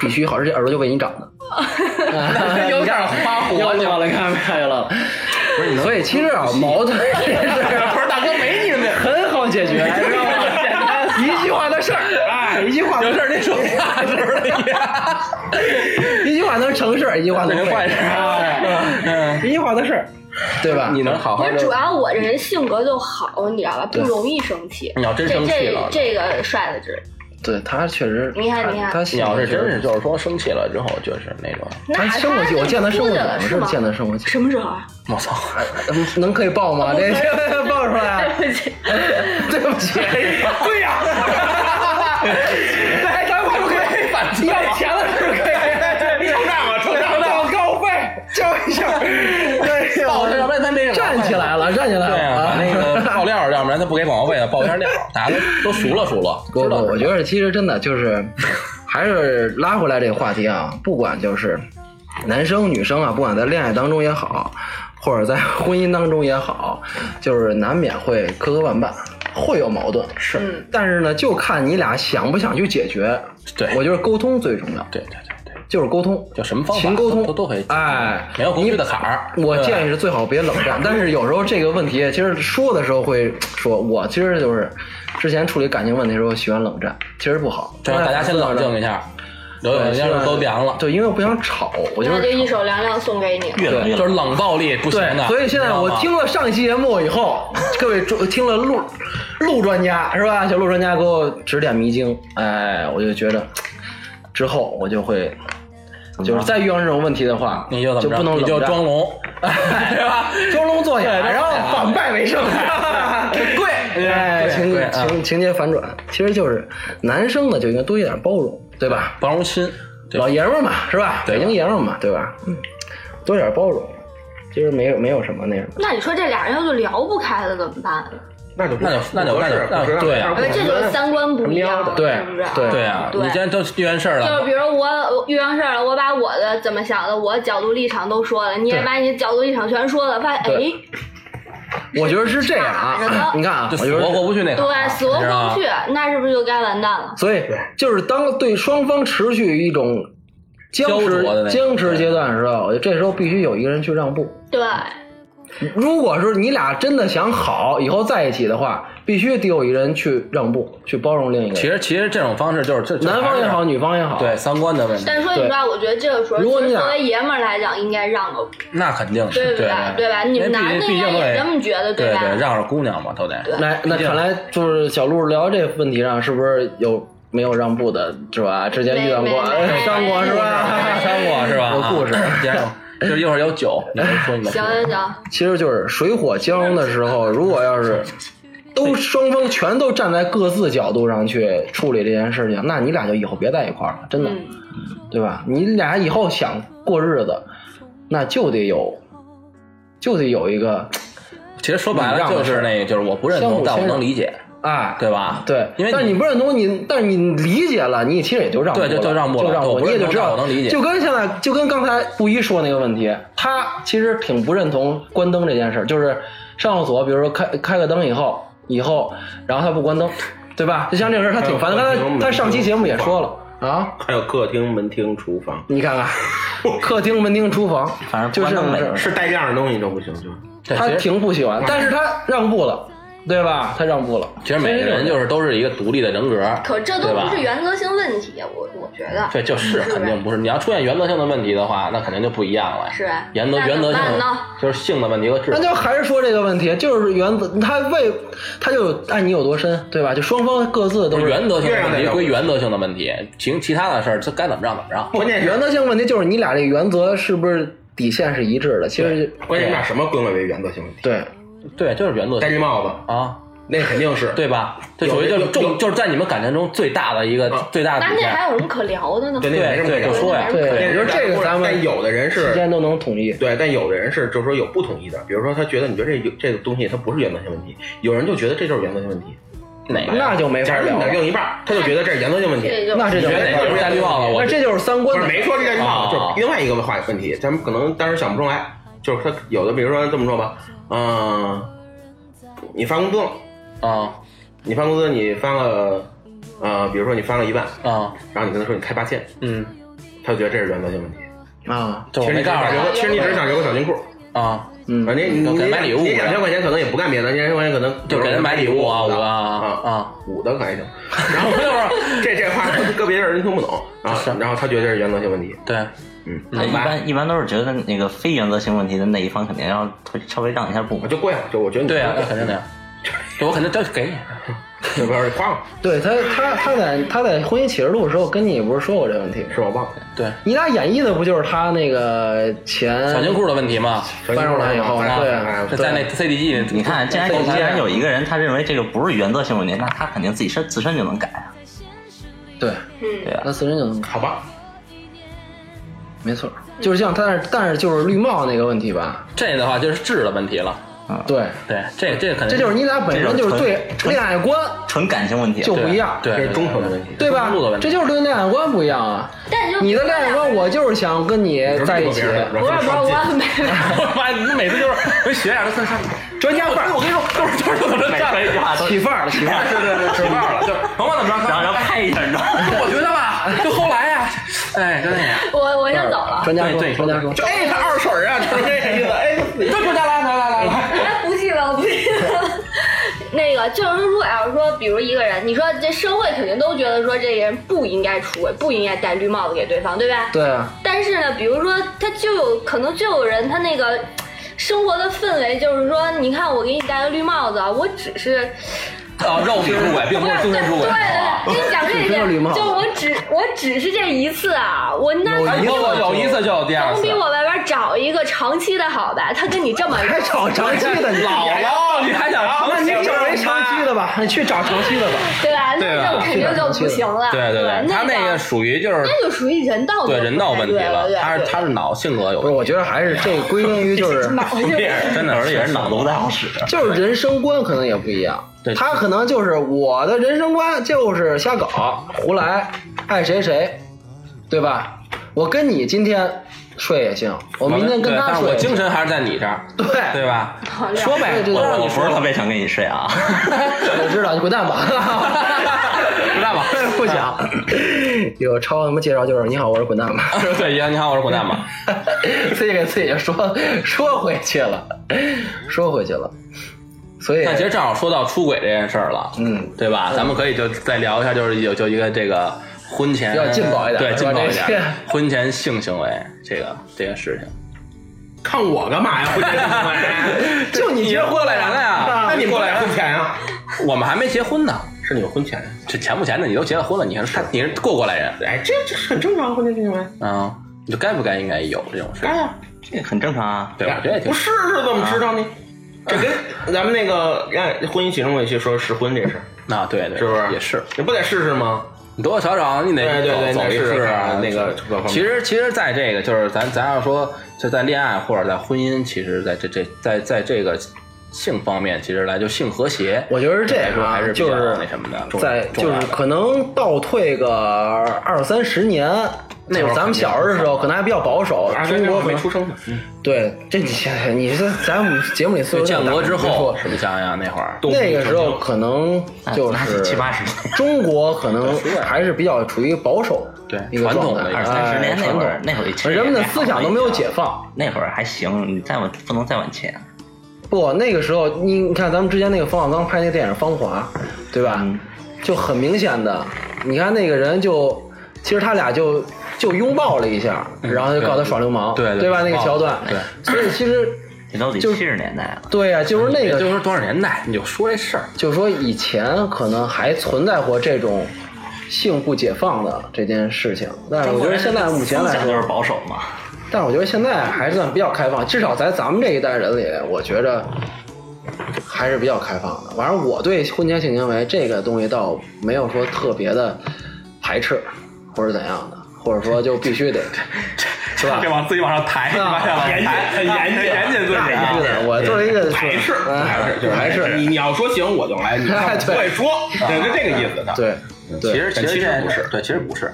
S3: 必须好，这耳朵就为你长的。
S1: 有点花活
S3: 又
S1: 呢。
S3: 乐了，看没看见了？不是， 所以其实 啊，矛盾这件事儿啊
S1: 不是大哥没你们俩，
S3: 很好解决，知 道吗？一句话的事儿，
S1: 啊
S3: 哎，一句话
S1: 有事儿您说 话是不 是？
S3: 一句话能成事儿，一句 话能
S1: 坏
S3: 坏
S1: 事
S3: 事
S1: 儿哎
S3: 儿，一句话的事儿，对吧？
S1: 嗯你能好
S5: 不
S1: 好
S5: 是，主要我这人性格就好，你知道吧？不
S3: 对
S5: 容易生气。
S1: 你要真
S5: 这
S1: 生气
S5: 这
S1: 了，
S5: 这个帅的值，
S3: 对他确实，
S5: 你看你看
S3: 他
S1: 你要是真是就是说生气了之后就是那种，
S5: 那
S3: 他生过气，我见他生过气，
S5: 了
S3: 我
S5: 是
S3: 是
S5: 吗？
S3: 见他生过气，
S5: 什么时候啊？
S1: 我操！
S3: 嗯能可以爆吗？这这爆出来，啊
S5: 对不起，
S3: 对不起，
S1: 哎
S4: 对呀，
S3: 来，咱们可以反击，要钱了是不是 可以？
S4: 成长啊，成长
S3: 广告费交一下，对，
S1: 爆料，那他那个
S3: 站起来了，站起来
S1: 对
S3: 了
S1: 啊，把
S3: 啊！
S1: 那个爆料，要不啊然他不给广告费了，爆一下料，大家都都熟了熟了，
S3: 不
S1: 知
S3: 不，
S1: 道
S3: 我觉得其实真的就是，还是拉回来这个话题啊，不管就是男生女生啊，不管在恋爱当中也好，或者在婚姻当中也好，就是难免会磕磕绊绊，会有矛盾。是
S5: 嗯
S3: 但是呢，就看你俩想不想去解决。
S1: 对
S3: 我觉得沟通最重要，
S1: 对对对对，
S3: 就是沟通，
S1: 就什么方法
S3: 勤沟通
S1: 都都可以
S3: 哎，
S1: 没有过不去的坎儿。
S3: 我
S1: 对吧
S3: 建议是最好别冷战，但是有时候这个问题，其实说的时候会说，我其实就是之前处理感情问题的时候喜欢冷战，其实不好。
S1: 这样大家先冷静一下，有有
S3: 对，
S1: 人家是都凉了，
S3: 对，因为我不想吵，我就
S5: 那就是一首凉凉送给你。
S2: 越冷越
S1: 就是
S2: 冷。
S1: 冷暴力不行的。
S3: 对，所以现在
S1: 你知
S3: 我
S1: 道吗
S3: 听了上一期节目以后， 各位专听了陆陆专家是吧？小陆专家给我指点迷津，哎，我就觉得之后我就会。就是再遇上这种问题的话，
S1: 你就怎
S3: 就
S1: 么
S3: 不能
S1: 着，你就
S3: 冷战
S1: 装聋， 对吧？
S3: 装聋作哑，
S1: 对
S3: 然后反败 为胜，跪，哎，
S1: 对
S3: 情
S1: 对啊
S3: 情情节反转，其实就是男生呢就应该多一点包容，对吧？
S1: 包容心，对
S3: 老爷们儿嘛，是吧？
S1: 对
S3: 北京爷们儿嘛，对吧？嗯，多一点包容，其实没有没有什么那什么。
S5: 那你说这俩人要就聊不开了怎么办？
S4: 那就不
S1: 那就那就
S4: 不合适
S1: 那就
S4: 不知道
S1: 对啊
S4: 不
S5: 哎，
S4: 合适
S5: 这就是三观不一样，
S3: 对
S5: 是不是？
S3: 对
S1: 对啊，你
S5: 对
S1: 既然都遇完事儿
S5: 就是
S1: 了
S5: 比，如我我遇上事儿了，我把我的怎么想的，我角度立场都说了，你也
S3: 对
S5: 把你的角度立场全说了，发现哎
S3: 对，我觉得是这样啊， 你看啊，
S1: 就
S3: 我
S1: 死
S3: 觉
S1: 活
S3: 得。
S1: 过不去那坎儿，
S5: 对，死活
S1: 你知道
S5: 过
S1: 吗
S5: 不去，那是不是就该完蛋了？
S3: 所以就是当对双方持续一种僵
S1: 焦灼的
S3: 持
S1: 那种
S3: 僵持阶段的时候，我觉得这时候必须有一个人去让步。
S5: 对，
S3: 如果是你俩真的想好以后在一起的话，必须得有一人去让步，去包容另一个人。
S1: 其实其实这种方式就是这
S3: 男方也好，，女方
S5: 啊
S3: 也好，
S1: 对，三观的问题，
S5: 但说实话，我觉得这个时候，
S3: 如果
S5: 其
S3: 你
S5: 实
S3: 俩
S5: 作为爷们儿来讲，应该让个，
S1: 那肯定
S5: 对
S1: 是
S5: 不对
S1: 对
S5: 对吧你们
S1: 因为
S5: 男的
S1: 毕
S5: 应
S1: 竟毕
S5: 该
S1: 竟
S5: 也
S1: 得
S5: 这么觉得
S1: 对
S5: 吧？
S1: 让着姑娘嘛，都得
S5: 对
S3: 来，那看来就是小鹿聊这问题上，是不是有没有让步的，是吧？之前遇到过，
S5: 没没没
S3: 伤过是吧？
S1: 三过是吧？
S3: 有故事
S1: 啊。接 着就是一会儿有酒，你们说你们
S5: 行行行，
S3: 其实就是水火交融的时候，如果要是都双方全都站在各自角度上去处理这件事情，那你俩就以后别在一块儿了，真的，
S5: 嗯，
S3: 对吧？你俩以后想过日子，那就得有，就得有一个，
S1: 其实说白了就是那个，就是我不认
S3: 相
S1: 同，
S3: 互
S1: 但我
S3: 谦让
S1: 能理解，
S3: 哎，
S1: 对吧？
S3: 对，
S1: 因为
S3: 但是你不认同你，但是你理解了，你其实也就让步了，
S1: 对就就让步了
S3: 就让
S1: 我
S3: 步，
S1: 不
S3: 你也
S1: 认同
S3: 就知道
S1: 但我能理解
S3: 就跟现在，就跟刚才布衣说那个问题，他其实挺不认同关灯这件事儿，就是上厕所，比如说开开个灯以后，以后，然后他不关灯，对吧？就像这个事儿，他挺烦的。
S4: 还
S3: 刚
S4: 有客厅
S3: 才
S4: 门
S3: 他上期节目也说了啊，
S4: 还有客厅、门厅、厨房，
S3: 你 看看，客厅、门厅、厨房，
S2: 反正不
S3: 就
S2: 关
S3: 这
S2: 灯
S3: 种事
S2: 呗
S3: 儿，
S4: 是带这样的东西都不行，就
S1: 对
S3: 他
S1: 其实
S3: 挺不喜欢，但是他让步了，对吧？他让步了。
S1: 其实每个人就是都是一个独立的人格，
S5: 可这都
S1: 对
S5: 不
S1: 吧
S5: 是原则性问题，我我觉得
S1: 对，就是
S5: 是吧
S1: 肯定不是。你要出现原则性的问题的话，那肯定就不一样了。
S5: 是吧
S1: 原则
S5: 那
S1: 原
S5: 怎么
S1: 则性
S5: 办呢
S1: 就是性的问题和质
S3: 那。就还是说这个问题，就是原则，他为他就有爱你有多深，对吧？就双方各自都
S1: 就是
S3: 是
S1: 原则性的问
S4: 越
S1: 题
S4: 让
S1: 归原则性的问题，其其他的事儿，这该怎么让怎么让。
S4: 关键是
S3: 原则性问题，就是你俩这个原则是不是底线是一致的？其实
S4: 关键是把什么归类为原则性问题？
S3: 对，
S1: 对，就是原则
S4: 戴
S1: 性
S4: 这帽子，
S1: 啊，
S4: 那肯定是
S1: 对吧？这
S4: 有
S1: 属于就
S4: 有
S1: 是重，
S4: 有
S1: 就是在你们感情中最大的一个
S4: 啊
S1: 最大的
S5: 那
S1: 底
S5: 那
S1: 线。
S5: 还有什么可聊的呢？
S4: 对那没什
S1: 对对，
S4: 么没
S1: 就
S4: 什么
S1: 说呀，
S5: 对
S3: 对，你说这个咱
S4: 但
S3: 们
S4: 有的人
S3: 之
S4: 是
S3: 间都能统一，
S4: 对，但有的人是就是说有不同意的，比如说他觉得你觉得这这个东西它不是原则性问题，有人就觉得这就是原则性问题。
S1: 哪个？
S3: 那就没
S4: 假
S3: 法
S4: 如
S1: 嗯
S3: 聊
S4: 你的
S3: 了。
S4: 另一半儿，他就觉得这是原则性问题，
S5: 这就
S3: 那这
S1: 你
S3: 就
S1: 觉得
S3: 没
S1: 哪
S3: 法聊
S1: 个
S3: 了
S1: 是戴绿帽子？我
S3: 那这就是三
S4: 不
S3: 观
S4: 是
S3: 的
S4: 没说这件事
S1: 啊
S4: 儿，就是另外一个话问题，咱们可能当时想不出来，就是他有的，比如说这么说吧，嗯，你发工资了，
S1: 啊
S4: 你发工资你发了，呃，比如说你发了一万，
S1: 啊
S4: 然后你跟他说你开八千，
S1: 嗯，
S4: 他就觉得这是原则性问题。
S3: 啊，
S1: 就
S4: 其
S1: 我
S4: 实
S1: 没
S4: 你只
S1: 告
S4: 是
S1: 诉
S4: 想留个，其实你只是想留个小金库，
S1: 他啊，
S4: 啊，
S3: 嗯，
S4: 你你
S1: 就给
S4: 你
S1: 买礼物啊
S4: 你两千块钱可能也不干别的，你两千块钱可能
S1: 就给人买礼物啊，我
S4: 五的
S1: 啊
S4: 啊
S1: 啊，
S4: 五的可还行，
S1: 然后就是
S4: 这这话搁别人人听不懂啊
S1: 是，
S4: 然后他觉得这是原则性问题，
S1: 对，
S4: 嗯，
S2: 对一般一般都是觉得那个非原则性问题的那一方肯定要稍微让一下步
S4: 我。就贵了，就我觉得你
S1: 对啊，那肯 定的呀，我肯定真给你。啊
S4: 这边夸我，
S3: 对他他他在他在婚姻启示录的时候跟你不是说过这问题？
S4: 是我忘了。
S1: 对，
S3: 你俩演绎的不就是他那个钱
S1: 小金库的问题嘛，
S4: 翻
S3: 翻出来以后，
S4: 啊
S3: 对啊，
S4: 啊
S1: 是在那 CDG 里
S2: 你看，既然
S3: 对
S2: 既然有一个人他认为这个不是原则性问题，那他肯定自己身自身就能改啊。
S3: 对，
S5: 嗯，
S3: 那四人就能
S4: 好吧，
S3: 没错，就是像但是但是就是绿帽那个问题吧，
S1: 这的话就是质的问题了，
S3: 对，
S1: 对，这这肯
S3: 这
S1: 定
S3: 就是你俩本身就是对
S2: 这种纯
S3: 恋爱观
S2: 纯感情问题。啊
S3: 就不一样，
S1: 对
S4: 这
S1: 对
S4: 是忠诚的问题。
S3: 对吧
S1: 路的问？题
S3: 这就是对恋爱观不一样啊。
S5: 但你就
S3: 你的恋爱观，我就是想跟你
S4: 你
S3: 在一起
S4: 别。人
S5: 不是不是我没没
S1: 我 妈，你每次就是跟学俩上上专家范儿，我跟你说，都是都是都是
S2: 每
S1: 这样
S2: 说一句话都
S3: 起范儿了，起范儿了。
S4: 对对对， 吃饭了，就是
S1: 甭管怎么着，
S2: 然后然后拍一下，你知道吗？
S1: 我觉得吧，就后来呀，哎，就那样。
S5: 我我先走了。
S3: 专家说，
S1: 对对
S3: 专家说，
S4: 就哎，他二水儿啊，就是这个意思。哎，
S1: 都专家来来来来来，
S5: 哎，不记得，我不记得。 那个就是说，如果要是说，比如一个人，你说这社会肯定都觉得说这个人不应该出轨，不应该戴绿帽子给对方，对吧？
S3: 对啊，
S5: 但是呢，比如说他就有可能就有人他那个生活的氛围就是说，你看我给你戴个绿帽子啊，我只是
S1: 啊，肉体出轨并不
S5: 对
S1: 是
S5: 对
S1: 精
S5: 对
S1: 神出轨。
S5: 对，跟你 讲这
S3: 只是个绿帽
S5: 些，
S3: 子
S5: 就我只我只是这一次啊，我那
S3: 有
S1: 有我有一次就有第二
S5: 总
S1: 次
S5: 比，我外边找一个长期的好吧？他跟你 这么
S3: 还找长期的你？
S1: 姥姥，你还想
S3: 那
S1: 长
S3: 你
S1: 期？
S3: 找一哎长期的吧，你去找长期的吧。
S5: 对吧？
S1: 对啊吧
S5: 那就肯定就不行了。
S1: 对对对，他那个属于就是
S5: 那就属于人道
S1: 对
S5: 的
S1: 人道问题了，他是他是脑性格有
S3: 不是，
S1: 问
S3: 我觉得还是这归根于 就是
S5: 脑 子就
S1: 题，真的，而且
S2: 也
S1: 是
S2: 是
S1: 脑
S2: 脑子不太好使。
S3: 就是人生观可能也不一样
S1: 对。
S3: 他可能就是我的人生观就是瞎搞胡来，爱谁谁，对吧？我跟你今天睡也行，我明天跟
S1: 对
S3: 他
S1: 但是
S3: 睡
S1: 我
S3: 也行，
S1: 精神还是在你这儿，对
S3: 对，
S1: 吧？
S5: 好亮
S1: 说呗，
S3: 对对对
S1: 我让
S2: 我
S1: 你
S2: 不
S1: 说
S2: 是特别想跟你睡啊，
S3: 我知道你滚蛋 吧，
S1: 不蛋吧？
S3: 不想。有超什么介绍就是你好，我是滚蛋吧。
S1: 对，爷，你好，我是滚蛋吧。
S3: 自己给自己说说回去了，说回去了，所以
S1: 那其实正好说到出轨这件事儿了，
S3: 嗯，
S1: 对吧？咱们可以就再聊一下，就是有就一个这个婚前
S3: 比较劲爆一点
S1: 对，
S3: 是
S1: 劲
S3: 吧
S1: 爆一
S3: 这个
S1: 点，婚前性行为这个这个事情。
S4: 看我干嘛呀？不见你
S3: 就你结婚
S1: 过来人了呀？
S4: 那你过来婚前啊？
S1: 我们还没结婚呢，
S4: 是你们婚前？
S1: 这钱不钱的你都结了婚了，你还是你是过过来人，
S4: 哎，这这很正常，婚前性行为。
S1: 嗯，你就该不该应该有这种事？
S4: 哎呀，
S2: 这很正常啊。
S1: 对，我觉得也挺
S4: 不试试怎么知道呢？这跟咱们那个让婚姻启动委去说试婚这事儿，
S1: 啊，对对，
S4: 是不是
S1: 也是，
S4: 你不得试试吗？
S1: 你多多少少你得
S4: 对对对
S1: 走走
S4: 那
S1: 一
S4: 是
S1: 次啊，
S4: 那个各方面
S1: 其实其实，在这个就是咱咱要说就在恋爱或者在婚姻，其实在这这在在这个性方面，其实来就性和谐，
S3: 我觉得是这
S1: 来
S3: 个
S1: 说
S3: 啊
S1: 还是比较
S3: 就是
S1: 那什么的，重
S3: 在
S1: 重
S3: 就
S1: 要
S3: 是
S1: 的
S3: 可能倒退个二三十年，
S1: 那会儿
S3: 咱们小时候的时候可能还比较保守，
S4: 二三
S3: 中
S4: 十
S3: 国
S4: 我
S3: 可
S4: 没
S3: 能
S4: 出生呢，
S3: 对这你想想，你 是咱们节目里岁
S1: 就嗯
S3: 数
S1: 建国之后
S3: 大，
S1: 你想想那会儿，
S3: 你说那个时候可能就
S2: 啊哎那是
S3: 是
S2: 七八十年
S3: 中国可能还是比较处于保守
S1: 对
S3: 一个
S1: 传统
S3: 状
S1: 的
S3: 态，
S1: 二
S2: 二三十
S3: 哎
S2: 年那
S3: 传
S2: 会
S3: 统
S2: 儿，哎那会儿
S3: 人们的思想都没有解
S2: 放。
S3: 放。
S2: 那会儿还行，你再往不能再往前。
S3: 不，那个时候你你看咱们之前那个冯小刚拍那个电影《芳华》，对吧？
S2: 嗯
S3: 就很明显的，你看那个人就，其实他俩就就拥抱了一下，然后就告他耍流氓，
S1: 对对
S3: 吧？
S1: 对
S3: 那个桥段，
S1: 对，
S3: 所以其实
S2: 这都得
S3: 就
S2: 七
S3: 是
S2: 十年代了，
S3: 对呀、就是那
S1: 就
S3: 个，
S1: 是多少年代，你就说这事儿，
S3: 就说以前可能还存在过这种性不解放的这件事情，但是我觉得现在目前
S2: 思
S3: 来
S2: 想
S3: 说
S2: 就，是保守嘛。
S3: 但是我觉得现在还算比较开放，至少在咱们这一代人里，我觉着还是比较开放的。反正我对婚前性行为这个东西倒没有说特别的排斥，或者怎样的，或者说就必须得，是吧？
S1: 往自己往上
S4: 啊
S1: 抬，你发现吗？严谨严谨严谨自己啊
S3: 必须得我作为一个
S4: 排斥，
S3: 嗯
S4: 排斥，就是
S3: 排
S4: 你
S3: 斥，
S4: 你要说行我就来， 你看
S3: 对
S4: 我会 说，对，就这个意思的。
S3: 对，对
S1: 其实
S4: 但
S1: 实
S4: 其实
S1: 这
S4: 不是
S1: 对，其实不是。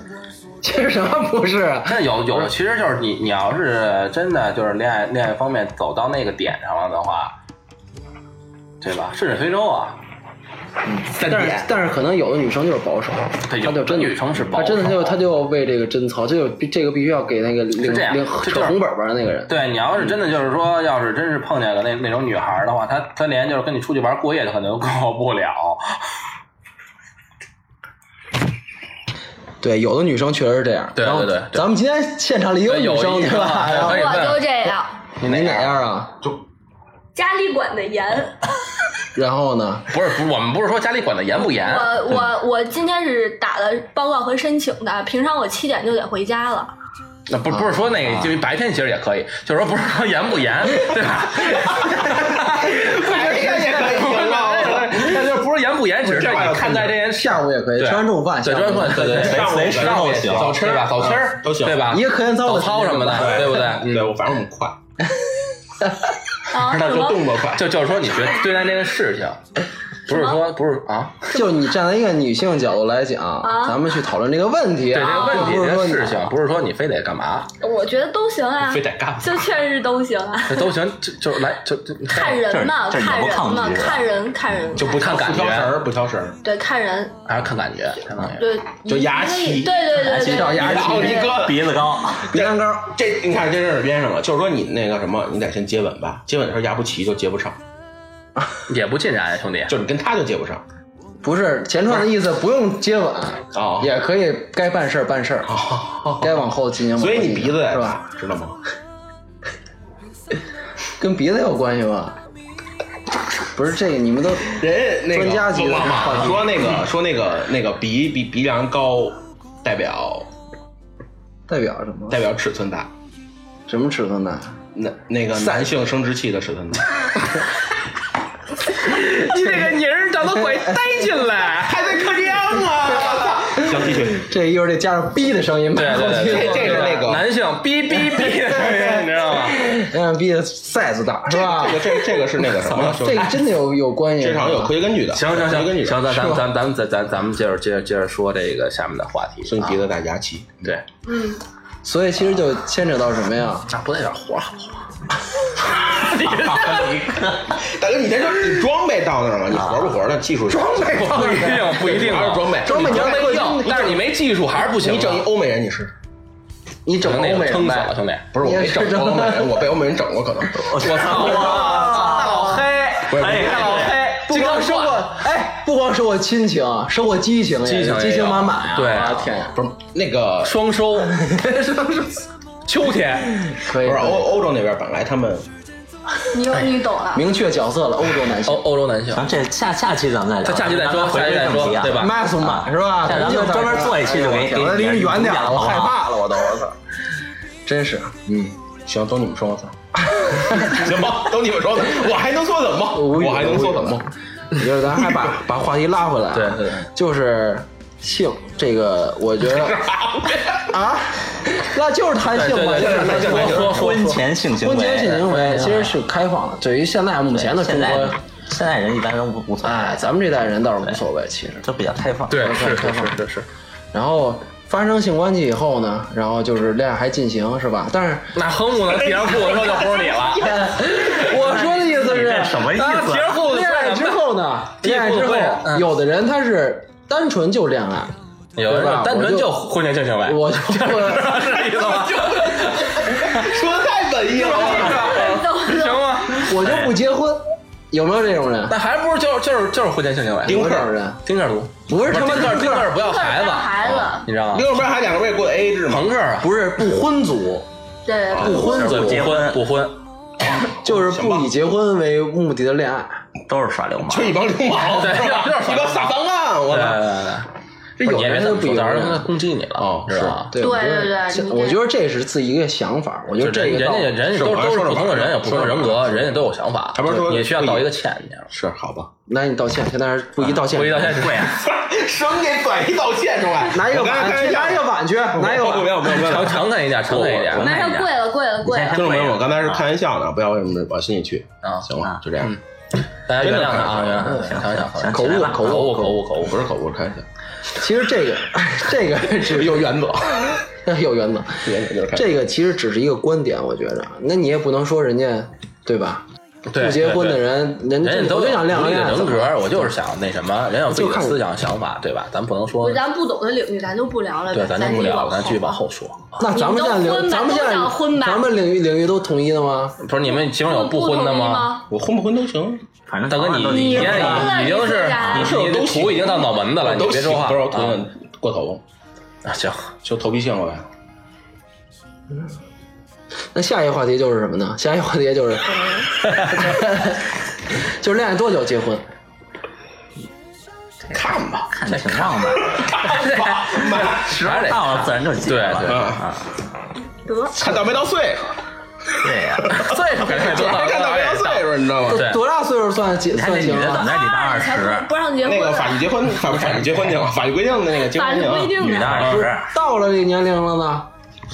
S3: 其实什么不是啊？
S1: 真的有有，其实就是你你要是真的就是恋爱恋爱方面走到那个点上了的话，对吧？顺水推舟啊，
S4: 三
S3: 但是
S4: 点，
S3: 但是可能有的女生就是保守，
S1: 嗯
S3: 她
S1: 对有
S3: 就
S1: 的
S3: 真
S1: 女生是保
S3: 她真的
S1: 守
S3: 就她就为这个贞操，这就这个必须要给那个领
S1: 这样
S3: 领
S1: 这就
S3: 扯
S1: 是
S3: 红本本的那个人。
S1: 对你要是真的就是说，要是真是碰见个那那种女孩儿的话，她她连就是跟你出去玩过夜都可能过不了。
S3: 对，有的女生确实是这样。
S1: 对
S3: 然后
S1: 对对对哎
S3: 咱们今天现场里有女生
S1: 有一哎
S3: 对吧？
S1: 对
S3: 然后
S1: 可以
S5: 我都这样，
S1: 你
S3: 你哪
S1: 哪？
S3: 样啊？
S5: 家里管的严。
S3: 然后呢？
S1: 不是不是，我们不是说家里管的严不严，
S5: 我我 我今天是打了报告和申请的，平常我七点就得回家了。
S1: 那不不是说那个，就是白天其实也可以，就是说不是说严不严， 对吧？
S4: 哎呀也可以行啊 了。
S1: 那就不是严不严，只是
S4: 这话
S1: 你
S4: 要
S1: 看待这件事。
S3: 哎下午也可以，
S1: 对
S3: 吃完中午饭，
S1: 对，
S3: 下午
S1: 专门对对，
S2: 随随时都行。
S1: 早吃吧，早吃
S4: 都行
S1: 对吧？
S3: 一个课间操
S1: 早
S3: 的
S4: 嗯
S1: 操什么的，对不对？
S4: 对我反正我们快，
S5: 啊，
S4: 他
S5: 什
S4: 做动
S5: 么
S4: 作快，
S1: 就就是说，你觉得对待这个事情，不是说不是啊，
S3: 就你站在一个女性角度来讲，咱们去讨论这个问题
S1: 对这个
S3: 啊，
S1: 问题
S3: 不
S1: 这个
S3: 是说你
S1: 事情，不是说你非得干嘛，
S5: 我觉得都行啊
S4: 非，得干嘛？
S5: 就确实是都行啊，
S1: 这都行，就就来就就
S5: 看人嘛，
S2: 这这
S5: 看
S2: 你
S5: 人
S2: 不抗
S5: 嘛，
S2: 拒是吧
S5: 看人看人，
S1: 就不看感
S4: 不挑食
S1: 觉，
S4: 儿，不挑食儿。
S5: 对看人
S1: 还是看感觉，看感觉。
S5: 对，
S3: 就牙
S5: 对
S3: 齐，
S5: 对对对
S3: 找
S5: 对，
S3: 牙
S4: 然
S3: 齐
S4: 后你哥
S2: 鼻子高，
S3: 鼻梁高。
S4: 这你看这事儿编上了，就是说你那个什么，你得先接吻吧，接吻的时候牙不齐就接不上，
S1: 也不尽然，兄弟。
S4: 就是你跟他就接不上。
S3: 不是钱川的意思，不用接吻
S1: 啊
S4: 哦
S3: 也可以该办事儿办事儿， 该往后进行往后
S4: 所以
S3: 进行。
S4: 你鼻子得
S3: 是吧？？
S4: 知道吗？
S3: 跟鼻子有关系吗？不是这个，你们都
S4: 人那个
S3: 专家级的
S4: 说
S3: 话题
S4: 说那个说那个那个鼻鼻鼻梁高，代表
S3: 代表什么？
S4: 代表尺寸大，
S3: 什么尺寸呢？
S4: 那那个男性生殖器的尺寸大，
S1: 你这个泥儿找到鬼逮进来，还得嗑药吗？
S4: 行，继续。
S3: 这一会儿得加上“逼”的声音吧，
S1: 对对对，
S4: 这是那个
S1: 男性哔哔哔，你知道吗？
S3: 让逼的 size 大是吧
S4: 这？个啊这这个是那个什么？
S3: 这个真的有有关系，啊
S4: 这场有科学根据的。
S1: 行行
S4: 有科学根
S1: 行
S4: 据的
S1: 行，咱咱咱咱们咱咱咱们接着接着接着说这个下面的话题。
S4: 所以你鼻子带牙齐。
S1: 对，
S5: 嗯，
S3: 所以其实就牵扯到什么呀？
S1: 那不带点活好吗？
S4: 大哥，你这就是你装备到那儿了，你活不活的技术装备
S1: 不一定，不一定啊，
S4: 还是装备，
S3: 装备你要
S1: 没
S3: 氪
S1: 用，
S3: 金
S1: 但是你没技术还是不行啊。
S4: 你整一欧美人，你试试。
S3: 你整
S1: 整那
S3: 欧
S1: 个
S3: 美
S1: 撑
S3: 人
S1: 死了，
S3: 呗，
S1: 兄弟。
S4: 不是我没整过欧美人，我被欧美人整过可能。
S1: 我操！大老黑，哎，大老黑，
S3: 不光收获，哎，不光收获亲情，收获激情也是，
S1: 激情也有
S3: 激情满满啊！
S1: 对
S3: 啊，天呀，
S4: 不是那个，
S1: 双收，秋天，
S3: 可
S4: 不
S3: 以
S4: 是
S3: 可以
S4: 欧欧洲那边本来他们
S5: 你有你懂了，
S3: 明确角色了，欧洲男
S1: 欧
S3: 性
S1: 欧洲男性，
S2: 咱这下下期咱们再聊，
S1: 咱下期再说，
S2: 咱回
S1: 下期
S2: 归
S1: 再
S2: 正
S1: 说
S2: 题，啊
S1: 对吧？
S3: ，mass 满是吧？
S2: 这咱们专门做一期就给
S3: 哎呦我
S2: 给
S3: 离
S2: 给
S3: 远点了，
S2: 讲
S3: 我
S2: 了
S3: 害
S2: 啊
S3: 怕了，我都，我操，真是。嗯
S4: 行，都你们说我操，行吧，都你们说的，我还能说什么？
S3: 无语
S4: 我还能说什
S3: 无语
S4: 么？
S3: 就是咱还把把话题拉回来，啊
S1: 对对，
S3: 就是性这个，我觉得啊，那就是谈性嘛，
S1: 对对
S3: 就是
S1: 对
S3: 谈性
S1: 对对对
S2: 婚前性行为，
S3: 婚前性行为其实是开放的，对于现在目前的中
S2: 现在
S3: 国，
S2: 现在人一般都无无所谓，
S3: 哎，咱们这代人倒是无所谓，其实。
S2: 都比较开放。
S1: 对，是是是是是，
S3: 然后发生性关系以后呢，然后就是恋爱还进行是吧？但是
S1: 那横不能提上裤子说就不是你了，
S3: 我说的意思
S2: 你这
S3: 是，
S2: 什么意
S1: 啊，提
S2: 思？
S1: 上裤子
S3: 恋爱之后呢，恋爱之后，有的人他是单纯就恋爱。
S1: 有人就单纯就婚前性行为，
S3: 我就
S1: 是这意思吗？
S4: 说的太文艺了，
S1: 行吗？
S3: 我就不结婚，有没有这种人？
S1: 那还不是就就是就是婚前性行为，
S3: 有这种人，
S1: 丁克族，
S3: 不是
S1: 丁
S3: 他妈
S1: 克
S3: 丁
S1: 丁
S3: 克
S1: 克
S3: 儿，
S1: 不要孩子，
S5: 孩子，
S1: 你知道吗
S4: 另？一边还两个人过的 AA 制嘛，
S1: 朋克啊，
S3: 不是不婚族，
S5: 对对
S3: 不婚
S1: 不
S3: 族
S1: 结婚不婚，
S3: 就是不以结婚为目的的恋爱。
S2: 都是耍流
S4: 就
S2: 氓。
S4: 一帮流氓，
S1: 对
S4: 是吧
S1: 就是耍
S4: 一帮撒脏啊！我
S1: 对
S4: 操，
S1: 对对，
S3: 这有
S1: 你也别
S3: 人
S1: 这么
S3: 就
S1: 说，
S3: 不
S1: 到时
S3: 有
S1: 候他
S3: 人
S1: 攻击你了，
S4: 哦
S1: 是吧？
S3: 对
S5: 对
S3: 我觉得
S5: 对对
S3: 这
S5: 你
S3: 我
S5: 这
S3: 觉得这是自己一个想法，我觉得
S1: 就
S3: 这
S1: 人
S3: 个
S1: 人
S3: 倒
S1: 家人家都
S4: 是
S1: 都是
S4: 说着
S1: 普通的
S4: 玩儿
S1: 人，有普通的人格，人家都有想法
S4: 还不是，说
S1: 也需要
S4: 故意
S1: 道一个歉，你知道吗？
S4: 是好吧？
S3: 那你道歉，现在是不宜道歉，
S1: 不一道歉是 贵啊，
S4: 什么给转移道歉出来？
S3: 拿一个
S4: 我刚才
S3: 碗
S4: 开
S3: 去，
S4: 玩笑
S3: 拿一个碗去， 拿一个
S5: 啊
S4: 不不不
S3: 碗。
S4: 要不要不
S1: 诚
S4: 要！
S1: 诚恳一点，诚恳一点啊
S2: 我，
S5: 没事，
S2: 那
S5: 贵了贵了贵
S2: 你
S5: 了
S2: 先，
S4: 听众朋友们，我刚才是开玩笑呢，不要往心里去
S1: 啊
S4: 行了
S2: 啊，
S4: 就这
S5: 嗯
S4: 样，
S1: 大家原谅他啊，原谅他，想想
S2: 行
S1: 想，
S2: 口误
S1: 口
S2: 口
S1: 误，口误，口误，
S4: 不是口误，是开玩笑，
S3: 其实这个 这个只
S4: 有原则，
S3: 有原 则，
S4: 原则就是开玩笑。
S3: 这个其实只是一个观点，我觉着，那你也不能说人家对吧？
S1: 对
S3: 不结婚的。人，人
S1: 人家都
S3: 我
S1: 有
S3: 就想恋
S1: 独立
S3: 爱
S1: 的人
S3: 怎么
S1: 格，我就是想那什么，人有自己
S3: 就
S1: 的
S3: 看
S1: 思想想法，对吧？咱不能说，
S5: 咱不懂的领域咱就不聊了
S1: 对，
S5: 呗，
S1: 咱就不聊，咱继续
S5: 吧。
S1: 往后说。
S3: 那咱们现在
S5: 你们
S3: 领，
S5: 都
S3: 咱们现在
S5: 婚吧都想婚吧
S3: 咱们领域领域都统一了吗？
S1: 不是你们其中有
S5: 不
S1: 婚的
S5: 同意？？
S4: 我婚不婚都行，
S2: 反正
S1: 大哥，你你
S2: 你
S1: 现在已经是你你图已经到脑门子了，你
S4: 都
S1: 别说话
S4: 不是我头发过头，
S1: 啊！行，
S4: 就头皮屑了呗。
S3: 那下一个话题就是什么呢？下一个话题 就是， 就是恋爱多久结婚？
S4: 看 吧，
S2: 看情况吧，
S1: 时候
S2: 到了自然就结了。
S1: 对对
S4: 啊，
S5: 得，
S4: 看到没到岁 数，
S2: 对 呀，
S1: 岁数肯定
S4: 主要是看到没到岁数，你知道 吗？
S1: 对
S3: 多大岁数算结
S2: 你看这
S3: 算
S2: 女
S3: 行
S2: 的怎
S3: 啊？
S2: 么着也得到二
S5: 才不
S2: 十，
S5: 不让结婚
S4: 那个
S5: 呢，
S4: 法律结婚，法法律结婚去 了，法律规定的那个结
S5: 法
S4: 婚啊
S5: 律
S4: 去
S5: 规
S4: 了。
S5: 定
S2: 女的
S5: 的，
S2: 二十，
S3: 到了这个年龄了呢，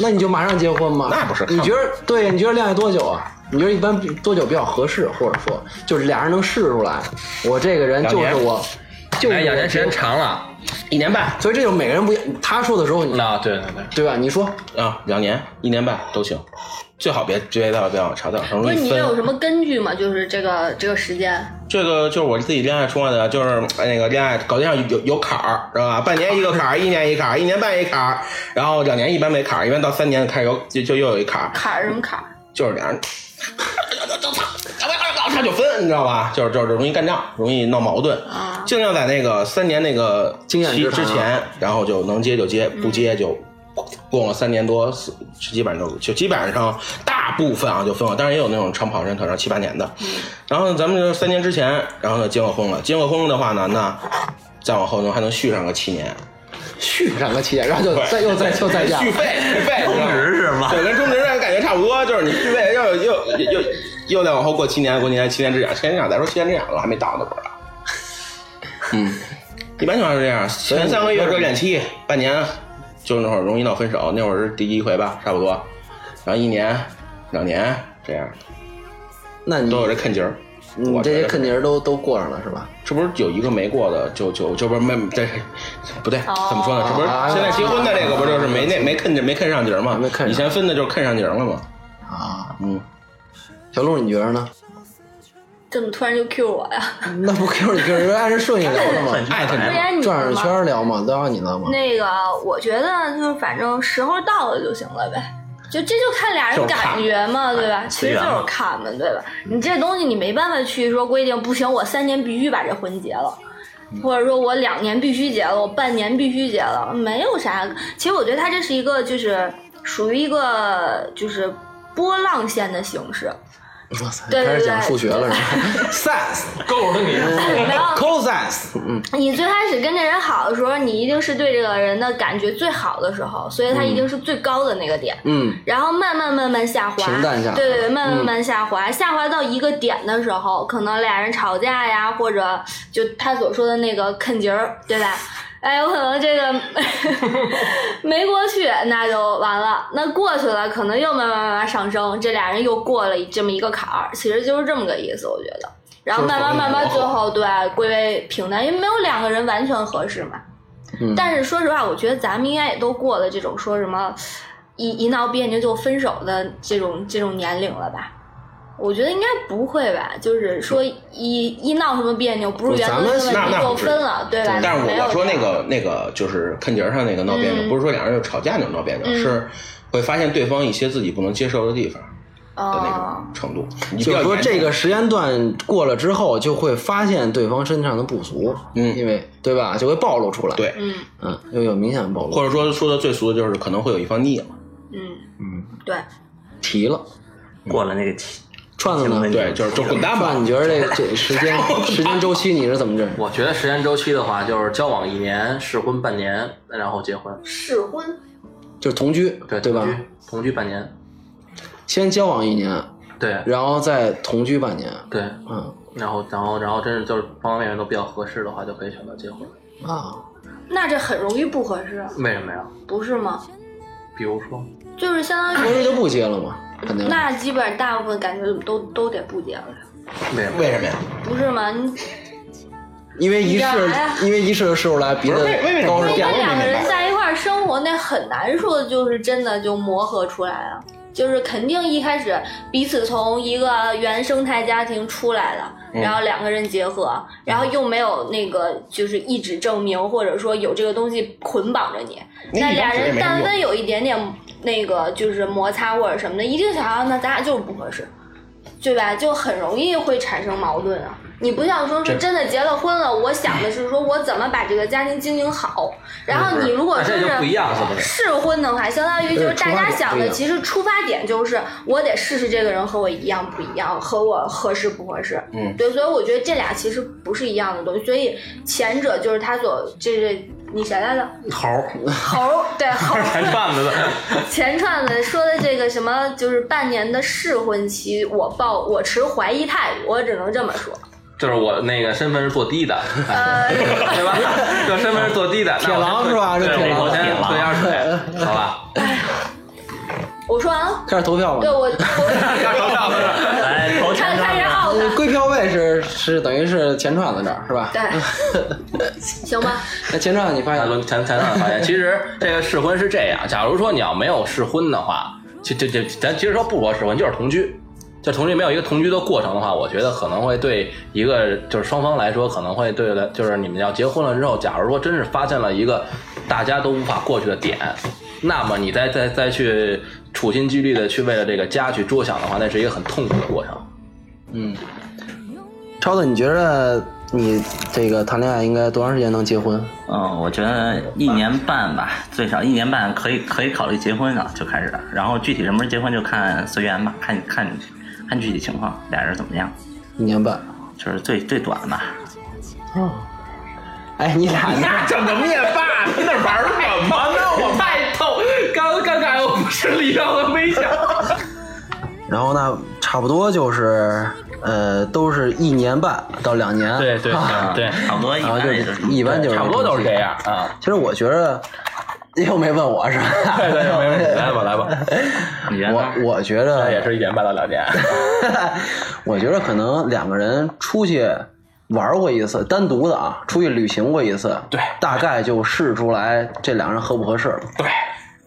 S3: 那你就马上结婚吗？
S4: 那不是
S3: 你觉得对？你觉得恋爱多久啊？你觉得一般比多久比较合适，或者说就是俩人能试出来，我这个人就是我，就是
S1: 哎，
S3: 我
S1: 养年时间长了，
S4: 一年半
S3: 所以这就每个人不一样。他说的时候，你
S1: 那对对对，
S3: 对吧？你说
S4: 啊，两年、一年半都行，最好别别到别往长点，很
S5: 不
S4: 容
S5: 是
S4: 易
S5: 你有
S4: 分。
S5: 什么根据吗？就是这个这个时间，
S4: 这个就是我自己恋爱说的，就是哎那个恋爱搞对象有有坎儿，知道吧？半年一个坎儿，一年一坎儿，一年半一坎儿，然后两年一般没坎儿，一般到三年开始有就就又有一坎儿，
S5: 坎儿什么坎儿？
S4: 就是俩人。 他就分，你知道吧？就是就是容易干仗，容易闹矛盾，
S5: 啊
S4: 尽量在那个三年那个
S3: 经验
S4: 期
S3: 之
S4: 之
S3: 谈啊
S4: 前，然后就能接就接，不接就过了三年多，四基本上就就基本上大部分啊就分了，当然也有那种长跑人，可能七八年的。然后咱们就是三年之前，然后呢结过婚了，结过婚的话呢，那再往后呢还能续上个七年，
S3: 续上个期，然后就再又再又 再嫁
S4: 续，费续费，你知
S2: 充
S4: 道吗
S2: 值是吧？
S4: 对，跟中职人感觉差不多，就是你续费又又又又又再往后过七年，过七年七年之痒，七年之痒再说七年之痒了，还没到呢，不知道。嗯，啊一般情况是这样，前三个月热恋期，半年，就那会儿容易闹分手，那会儿是第一回吧，差不多，然后一年、两年这样，
S3: 那你
S4: 都有这坑节儿。
S3: 你
S4: 我
S3: 嗯这
S4: 觉
S3: 些
S4: 得
S3: 肯定是都都过上了是吧？
S4: 这不是有一个没过的，就就就不是没这不对，
S5: 哦
S4: 怎么说呢？这不是现在结婚的这个不就是没那没啃着没啃上节儿吗
S3: 啊没啃？上
S4: 以前分的就是啃上节儿了嘛。
S3: 啊，
S4: 嗯，
S3: 小鹿你觉得呢？
S5: 怎么突然就 Q 我呀？
S3: 那不 Q 你 Q 你按着 顺序聊的吗？
S4: 艾
S2: 哎
S5: 不
S4: 特你。
S5: 然你
S3: 转着
S5: 吗
S3: 圈儿聊嘛，都让你了嘛。
S5: 那个，我觉得就是反正时候到了就行了呗，就这就看俩人感觉嘛，对吧？其
S2: 随
S5: 实
S2: 缘
S5: 就
S2: 嘛
S5: 是看嘛，对吧？你这东西你没办法去说规定，不行，我三年必须把这婚结了。或者说我两年必须结了，我半年必须结了，没有啥。其实我觉得它这是一个就是属于一个就是波浪线的形式，
S3: 哇塞，
S5: 对对
S3: 开始讲
S5: 对
S3: 数学了是吧 ？Science
S1: 够了你，
S5: 然后
S3: cosines，
S5: 你最开始跟这人好的时候，你一定是对这个人的感觉最好的时候，所以他一定是最高的那个点。
S3: 嗯，
S5: 然后慢慢慢慢下滑，
S3: 平淡下滑嗯
S5: 对对对，慢慢慢慢下滑，下滑到一个点的时候，可能俩人吵架呀，或者就他所说的那个啃节儿，对吧？哎，有可能 这个没过去，那就完了。那过去了，可能又慢慢慢慢上升，这俩人又过了这么一个坎儿，其实就是这么个意思，我觉得。然后慢慢慢慢，最后对归为平淡，因为没有两个人完全合适嘛。
S3: 嗯
S5: 但是说实话，我觉得咱们应该也都过了这种说什么一一闹别扭就分手的这种这种年龄了吧？我觉得应该不会吧，就是说一一闹什么别扭，不是原则
S3: 咱们
S5: 性问
S4: 那
S5: 题
S4: 那
S5: 就
S4: 不是
S5: 分了，对吧？
S4: 但是
S5: 没
S4: 我
S5: 有
S4: 我说
S5: 这
S4: 那
S5: 样
S4: 个那个就是看节儿上那个闹别扭，
S5: 嗯
S4: 不是说两人就吵架那种闹别扭，
S5: 嗯
S4: 是会发现对方一些自己不能接受的地方的那
S5: 哦
S4: 种，程度。你比
S3: 就
S4: 较
S3: 是说
S4: 严
S3: 这个时间段过了之后，就会发现对方身上的不足，
S4: 嗯
S3: 因为对吧，就会暴露出来，，
S4: 对，
S5: 嗯
S3: 嗯，又有明显的暴露，
S4: 或者说说的最俗的就是可能会有一方腻了，
S5: 嗯
S3: 嗯，
S5: 对，
S3: 提了，
S2: 过了那个期，
S3: 串子
S2: 行
S3: 呢
S2: 了？
S4: 对，就是就滚蛋吧
S3: 串，。你觉得这个这时间时间周期你是怎么认识？
S1: 我觉得时间周期的话，就是交往一年，试婚半年，然后结婚，
S5: 试婚
S3: 就是同居，
S1: 对
S3: 对吧
S1: 同？居同居半年，
S3: 先交往一年，
S1: 对
S3: 然后再同居半年，
S1: 对，
S3: 嗯
S1: 然后然后然后真是就是方方面面都比较合适的话，就可以选择结婚。
S3: 啊，
S5: 那这很容易不合适，
S1: 为什么呀？
S5: 不是吗？
S1: 比如说，
S5: 就是相当
S3: 合
S5: 于
S3: 适就不结了嘛，肯
S4: 嗯
S3: 定。
S5: 那基本上大部分感觉都都得不结了，
S1: 为什么？
S4: 为什么呀？
S5: 不是吗？你
S3: 因为仪
S5: 你干
S3: 式
S5: 嘛呀，
S3: 因为仪式的时候来，别的
S4: 不是为为什么
S3: 高
S4: 不
S3: 是
S5: 因
S4: 是
S3: 变
S5: 为
S4: 我也没
S5: 两个人
S4: 明白
S5: 在一块儿生活，那很难说就是真的就磨合出来啊。就是肯定一开始彼此从一个原生态家庭出来的，
S4: 嗯
S5: 然后两个人结合，然后又没有那个就是一纸证明，或者说有这个东西捆绑着你。
S4: 你
S5: 那
S4: 一张
S5: 俩
S4: 纸也
S5: 人
S4: 没
S5: 但
S4: 用
S5: 凡有一点点那个就是摩擦或者什么的，一定想要那咱俩就是不合适，对吧？就很容易会产生矛盾啊。你不像说是真的结了婚了，我想的是说我怎么把这个家庭经营好。然后你如果说
S1: 那这就不一
S5: 是
S1: 样，是不是？
S5: 试婚的话，相当于就是大家想的，
S3: 对出发点不一样
S5: 其实出发点就是我得试试这个人和我一样不一样，和我合适不合适。
S4: 嗯
S5: 对，所以我觉得这俩其实不是一样的东西。所以前者就是他所这这你谁来的？
S1: 猴儿，
S5: 猴儿对猴儿。
S1: 还串子的。
S5: 前串子说的这个什么，就是半年的试婚期，我抱我持怀疑态度，我只能这么说。
S1: 就是我那个身份是做低 的，
S5: 呃，
S1: 对吧？这身份是做低的，
S3: 铁狼是吧
S1: 那我先
S3: 这
S1: 对，
S3: 铁狼
S1: 我先
S2: 铁狼
S1: 兑点水，好吧？
S5: 我我说啊，
S3: 开始投票
S5: 对
S3: 吧。
S5: 我我
S2: 来 投
S5: 看
S2: 钱
S5: 看是
S2: 上。
S5: out 的，
S3: 呃归票位是是等于是前串在这儿是吧？
S5: 对，行吧，
S3: 那前串你发
S1: 大
S3: 现
S1: 轮前前段发现，啊其实这个试婚是这样：假如说你要没有试婚的话，这这这，咱其实说不说试婚，就是同居。就同居没有一个同居的过程的话，我觉得可能会对一个就是双方来说，可能会对了，就是你们要结婚了之后，假如说真是发现了一个大家都无法过去的点，那么你再再再去处心积虑的去为了这个家去着想的话，那是一个很痛苦的过程。
S3: 超子，你觉得你这个谈恋爱应该多长时间能结婚？
S2: 嗯，我觉得一年半吧，最少一年半可以可以考虑结婚了，就开始了。然后具体什么时候结婚就看随缘吧，看看看具体情况，俩人怎么样，
S3: 一年半。
S2: 就是最最短吧。
S3: 哎，你俩呢？
S4: 那整个灭霸，你 那玩什么呢？我太逗，刚刚才我不是礼让的微笑。
S3: 然后呢，差不多就是，呃，都是一年半到两年。
S1: 对对
S3: 啊
S1: 对，
S2: 差不多一
S3: 然后
S2: 般
S3: 就
S2: 也就是
S3: 是一般就是
S1: 差不多都是这样啊。
S3: 其实我觉得，又没问我是吧？
S1: 对对，没问题，来吧来吧，
S2: 你觉得呢
S3: 我我觉
S1: 那也
S3: 得，
S1: 是一年半到两年。
S3: 我觉得可能两个人出去玩过一次，单独的啊，出去旅行过一次，
S4: 对
S3: 大概就试出来这两人合不合适了。
S4: 对，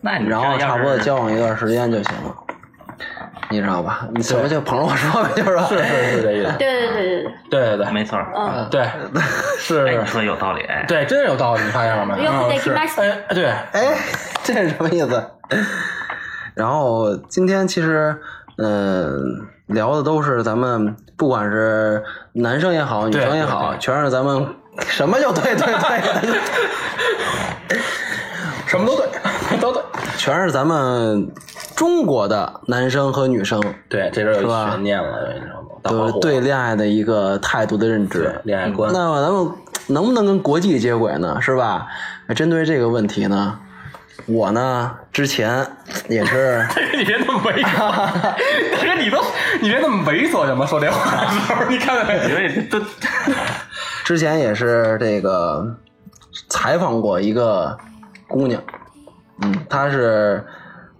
S2: 那你这
S3: 然后
S2: 要
S3: 差不多
S2: 是
S3: 交往一段时间就行了，你知道吧？你怎么就捧着我说呗，就是
S1: 是是是这意思。
S5: 对对对对对，
S1: 对对对，
S2: 没错儿，
S5: 嗯，
S1: 对，
S2: 哎，
S1: 是
S2: 你，说有道理。哎
S1: 对，真是有道理，你发现了没？
S5: 要不
S1: 嗯
S5: 得
S1: 是，
S5: 给他
S1: 哎，对，
S3: 哎， 这是什么意思？然后今天其实，嗯、聊的都是咱们不管是男生也好，女生也好，全是咱们什么就对对对，
S4: 什么都对，都对。
S3: 全是咱们中国的男生和女生
S1: 对，这边
S3: 是
S1: 有
S3: 吧
S1: 悬念了，你知道吗？大
S3: 都
S1: 花
S3: 是
S1: 火
S3: 对恋爱的一个态度的认知。
S1: 恋爱观，
S3: 那么咱们能不能跟国际接轨呢？是吧？针对这个问题呢，我呢之前也是
S1: 你别那么猥琐，但是你都你别那么猥琐行吗？说这话的时候，你看看，
S2: 因为都
S3: 之前也是这个采访过一个姑娘，嗯，她是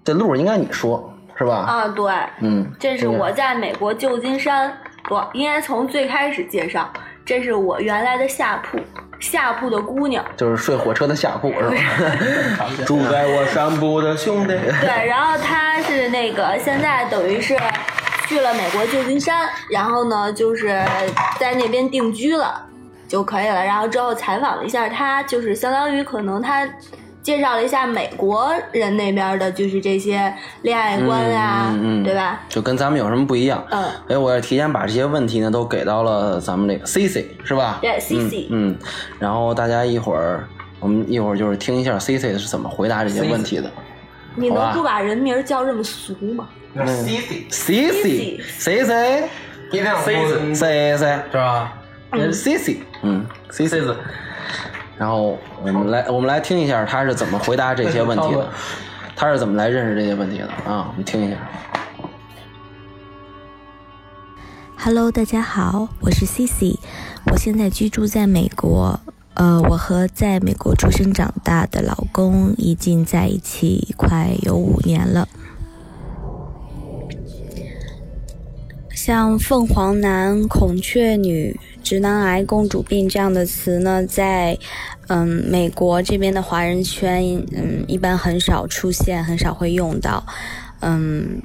S3: 这路儿应该你说是吧？
S5: 啊对，
S3: 嗯，
S5: 这是我在美国旧金山，不应该从最开始介绍，这是我原来的下铺，下铺的姑娘。
S3: 就是睡火车的下铺是吧？
S4: 住在我山坡的兄弟，
S5: 对，然后他是那个现在等于是去了美国旧金山，然后呢就是在那边定居了就可以了。然后之后采访了一下他，就是相当于可能他介绍了一下美国人那边的，就是这些恋爱观啊，
S3: 嗯嗯嗯
S5: 对吧？
S3: 就跟咱们有什么不一样？
S5: 嗯，
S3: 哎，我也提前把这些问题呢都给到了咱们这个 C C 是吧？
S5: 对，Cici
S3: 嗯，嗯然后大家一会儿，我们一会儿就是听一下 C C 是怎么回答这些问题的。
S5: 你
S3: 好
S5: 能
S3: 吧
S5: 不把人名儿叫这么俗吗？
S4: 那 CC
S3: C C C C
S4: 一定要
S3: C C
S1: 是吧？
S3: C C，嗯，C C
S1: 子。
S3: 然后我们来，我们来听一下他是怎么回答这些问题的，他是怎么来认识这些问题的啊？我们听一下。
S6: Hello，大家好，我是 Cici，我现在居住在美国。呃，我和在美国出生长大的老公已经在一起快有五年了。像凤凰男、孔雀女、直男癌、公主病这样的词呢，在嗯美国这边的华人圈，嗯一般很少出现，很少会用到。嗯，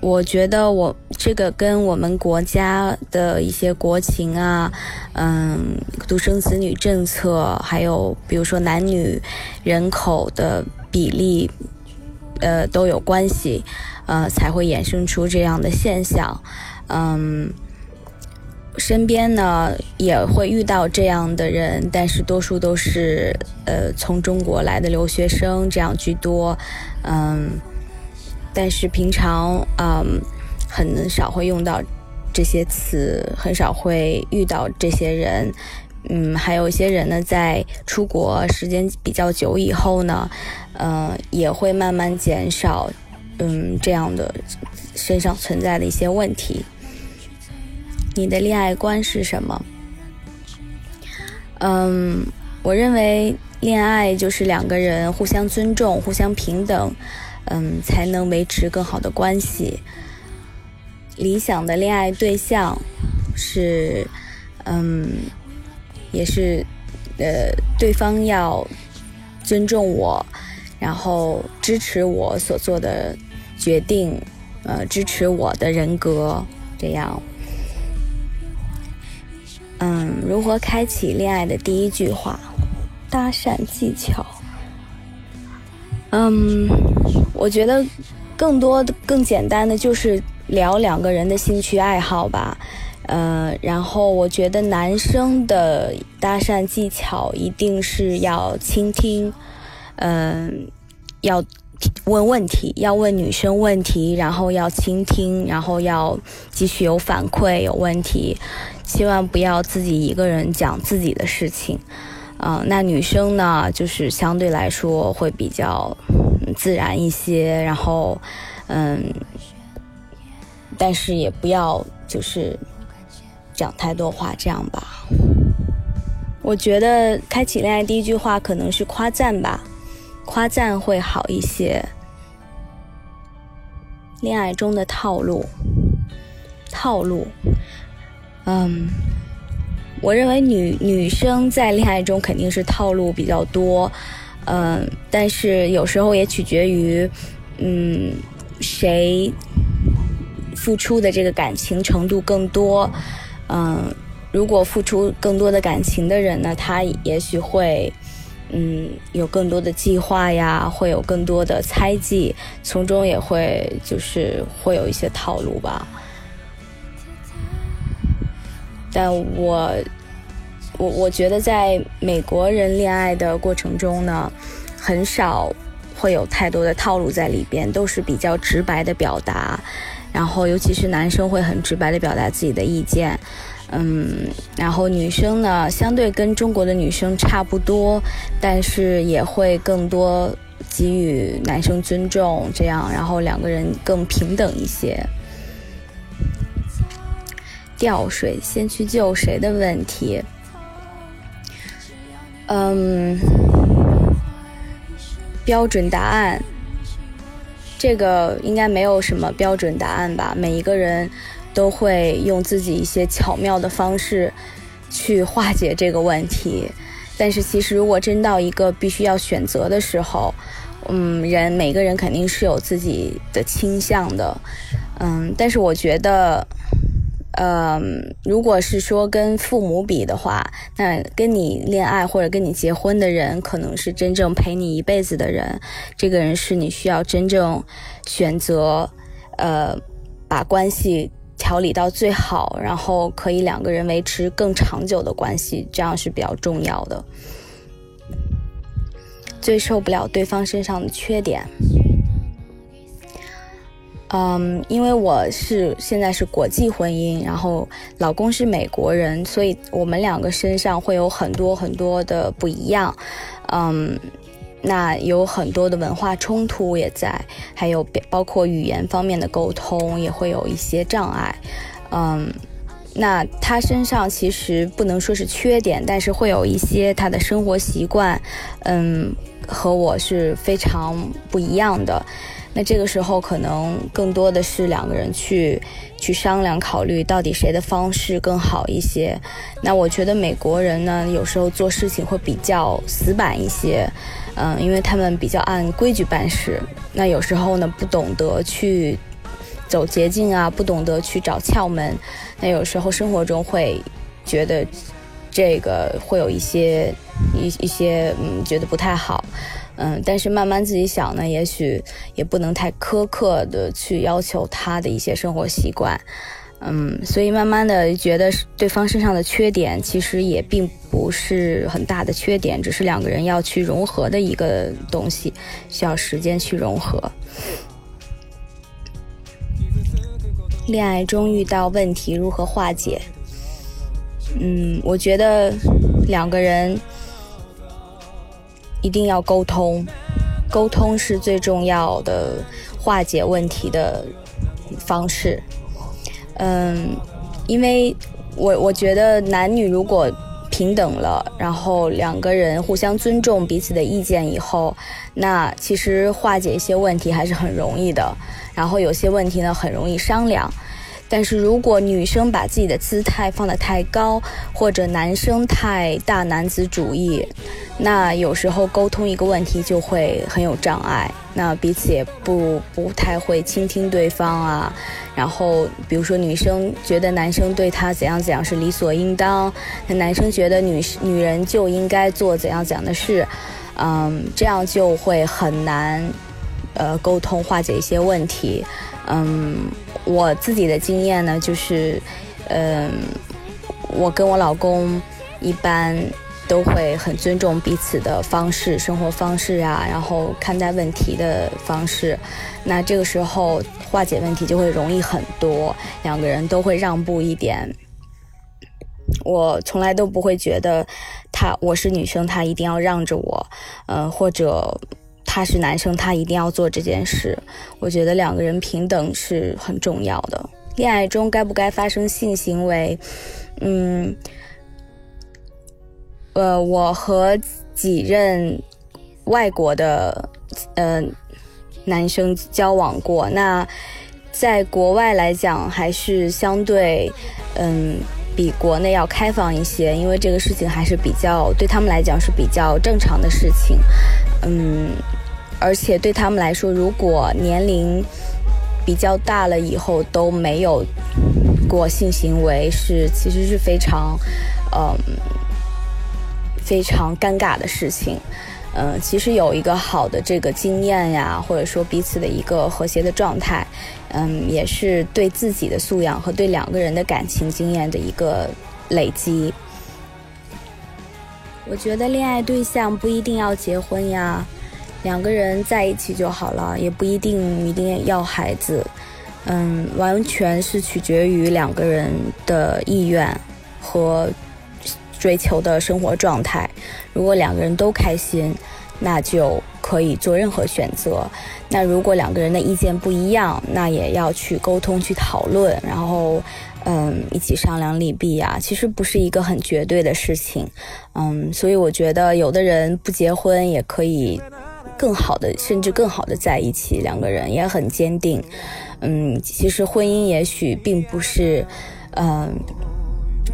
S6: 我觉得我这个跟我们国家的一些国情啊，嗯，独生子女政策，还有比如说男女人口的比例，呃，都有关系，呃，才会衍生出这样的现象。嗯，身边呢也会遇到这样的人，但是多数都是呃从中国来的留学生这样居多，嗯。但是平常嗯很少会用到这些词，很少会遇到这些人。嗯，还有一些人呢，在出国时间比较久以后呢，呃，也会慢慢减少，嗯，这样的身上存在的一些问题。你的恋爱观是什么？嗯，我认为恋爱就是两个人互相尊重、互相平等，嗯，才能维持更好的关系。理想的恋爱对象是，嗯，也是，呃，对方要尊重我，然后支持我所做的决定，呃，支持我的人格，这样。嗯，如何开启恋爱的第一句话？搭讪技巧。嗯，我觉得更多的、更简单的就是聊两个人的兴趣爱好吧。呃，然后我觉得男生的搭讪技巧一定是要倾听，嗯、要问问题，要问女生问题，然后要倾听，然后要继续有反馈、有问题，千万不要自己一个人讲自己的事情。啊、那女生呢，就是相对来说会比较嗯自然一些，然后，嗯，但是也不要就是讲太多话，这样吧。我觉得开启恋爱第一句话可能是夸赞吧，夸赞会好一些。恋爱中的套路，套路，嗯。我认为女女生在恋爱中肯定是套路比较多，嗯、但是有时候也取决于，嗯，谁付出的这个感情程度更多，嗯、如果付出更多的感情的人呢，他也许会，嗯，有更多的计划呀，会有更多的猜忌，从中也会就是会有一些套路吧。但我我我觉得在美国人恋爱的过程中呢，很少会有太多的套路在里边，都是比较直白的表达，然后尤其是男生会很直白的表达自己的意见。嗯，然后女生呢，相对跟中国的女生差不多，但是也会更多给予男生尊重，这样，然后两个人更平等一些。掉水先去救谁的问题。嗯，标准答案，这个应该没有什么标准答案吧？每一个人都会用自己一些巧妙的方式去化解这个问题。但是其实，如果真到一个必须要选择的时候，嗯，人每个人肯定是有自己的倾向的，嗯，但是我觉得，嗯，如果是说跟父母比的话，那跟你恋爱或者跟你结婚的人，可能是真正陪你一辈子的人，这个人是你需要真正选择，呃，把关系调理到最好，然后可以两个人维持更长久的关系，这样是比较重要的。最受不了对方身上的缺点。嗯，因为我是现在是国际婚姻，然后老公是美国人，所以我们两个身上会有很多很多的不一样。嗯，那有很多的文化冲突也在，还有别包括语言方面的沟通也会有一些障碍。嗯，那他身上其实不能说是缺点，但是会有一些他的生活习惯，嗯，和我是非常不一样的。那这个时候可能更多的是两个人去去商量考虑，到底谁的方式更好一些。那我觉得美国人呢，有时候做事情会比较死板一些，嗯，因为他们比较按规矩办事。那有时候呢，不懂得去走捷径啊，不懂得去找窍门。那有时候生活中会觉得这个会有一些一一些嗯，觉得不太好。嗯，但是慢慢自己想呢，也许也不能太苛刻的去要求他的一些生活习惯，嗯，所以慢慢的觉得是对方身上的缺点其实也并不是很大的缺点，只是两个人要去融合的一个东西，需要时间去融合。恋爱中遇到问题如何化解？嗯，我觉得两个人一定要沟通，沟通是最重要的化解问题的方式。嗯，因为我我觉得男女如果平。平等了，然后两个人互相尊重彼此的意见以后，那其实化解一些问题还是很容易的。然后有些问题呢很容易商量，但是如果女生把自己的姿态放得太高，或者男生太大男子主义，那有时候沟通一个问题就会很有障碍，那彼此也不不太会倾听对方啊。然后比如说女生觉得男生对她怎样怎样是理所应当，那男生觉得女女人就应该做怎样怎样的事，嗯，这样就会很难呃沟通化解一些问题。嗯，我自己的经验呢，就是，嗯，我跟我老公一般都会很尊重彼此的方式、生活方式啊，然后看待问题的方式。那这个时候化解问题就会容易很多，两个人都会让步一点。我从来都不会觉得他我是女生，他一定要让着我，呃，或者他是男生，他一定要做这件事。我觉得两个人平等是很重要的。恋爱中该不该发生性行为？嗯，呃，我和几任外国的呃男生交往过，那在国外来讲还是相对嗯比国内要开放一些，因为这个事情还是比较对他们来讲是比较正常的事情，嗯，而且对他们来说，如果年龄比较大了以后都没有过性行为是，其实是非常，嗯，非常尴尬的事情。嗯，其实有一个好的这个经验呀，或者说彼此的一个和谐的状态，嗯，也是对自己的素养和对两个人的感情经验的一个累积。我觉得恋爱对象不一定要结婚呀，两个人在一起就好了，也不一定一定要孩子。嗯，完全是取决于两个人的意愿和追求的生活状态。如果两个人都开心，那就可以做任何选择。那如果两个人的意见不一样，那也要去沟通、去讨论，然后嗯，一起商量利弊啊。其实不是一个很绝对的事情，嗯，所以我觉得有的人不结婚也可以更好的，甚至更好的在一起，两个人也很坚定。嗯，其实婚姻也许并不是，嗯，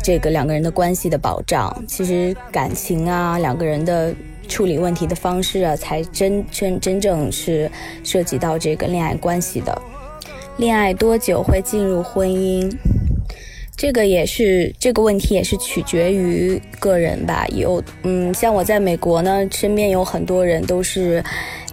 S6: 这个两个人的关系的保障。其实感情啊，两个人的处理问题的方式啊，才真真真正是涉及到这个恋爱关系的。恋爱多久会进入婚姻？这个也是这个问题也是取决于个人吧。有嗯，像我在美国呢，身边有很多人都是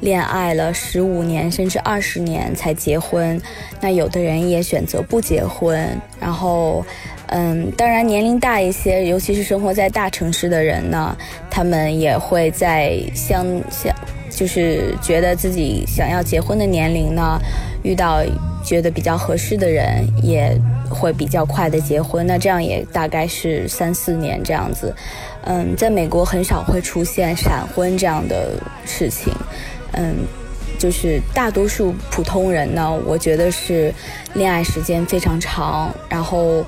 S6: 恋爱了十五年甚至二十年才结婚，那有的人也选择不结婚。然后，嗯，当然年龄大一些，尤其是生活在大城市的人呢，他们也会在相相就是觉得自己想要结婚的年龄呢，遇到觉得比较合适的人，也会比较快的结婚。那这样也大概是三四年这样子。嗯，在美国很少会出现闪婚这样的事情。嗯，就是大多数普通人呢，我觉得是恋爱时间非常长，然后。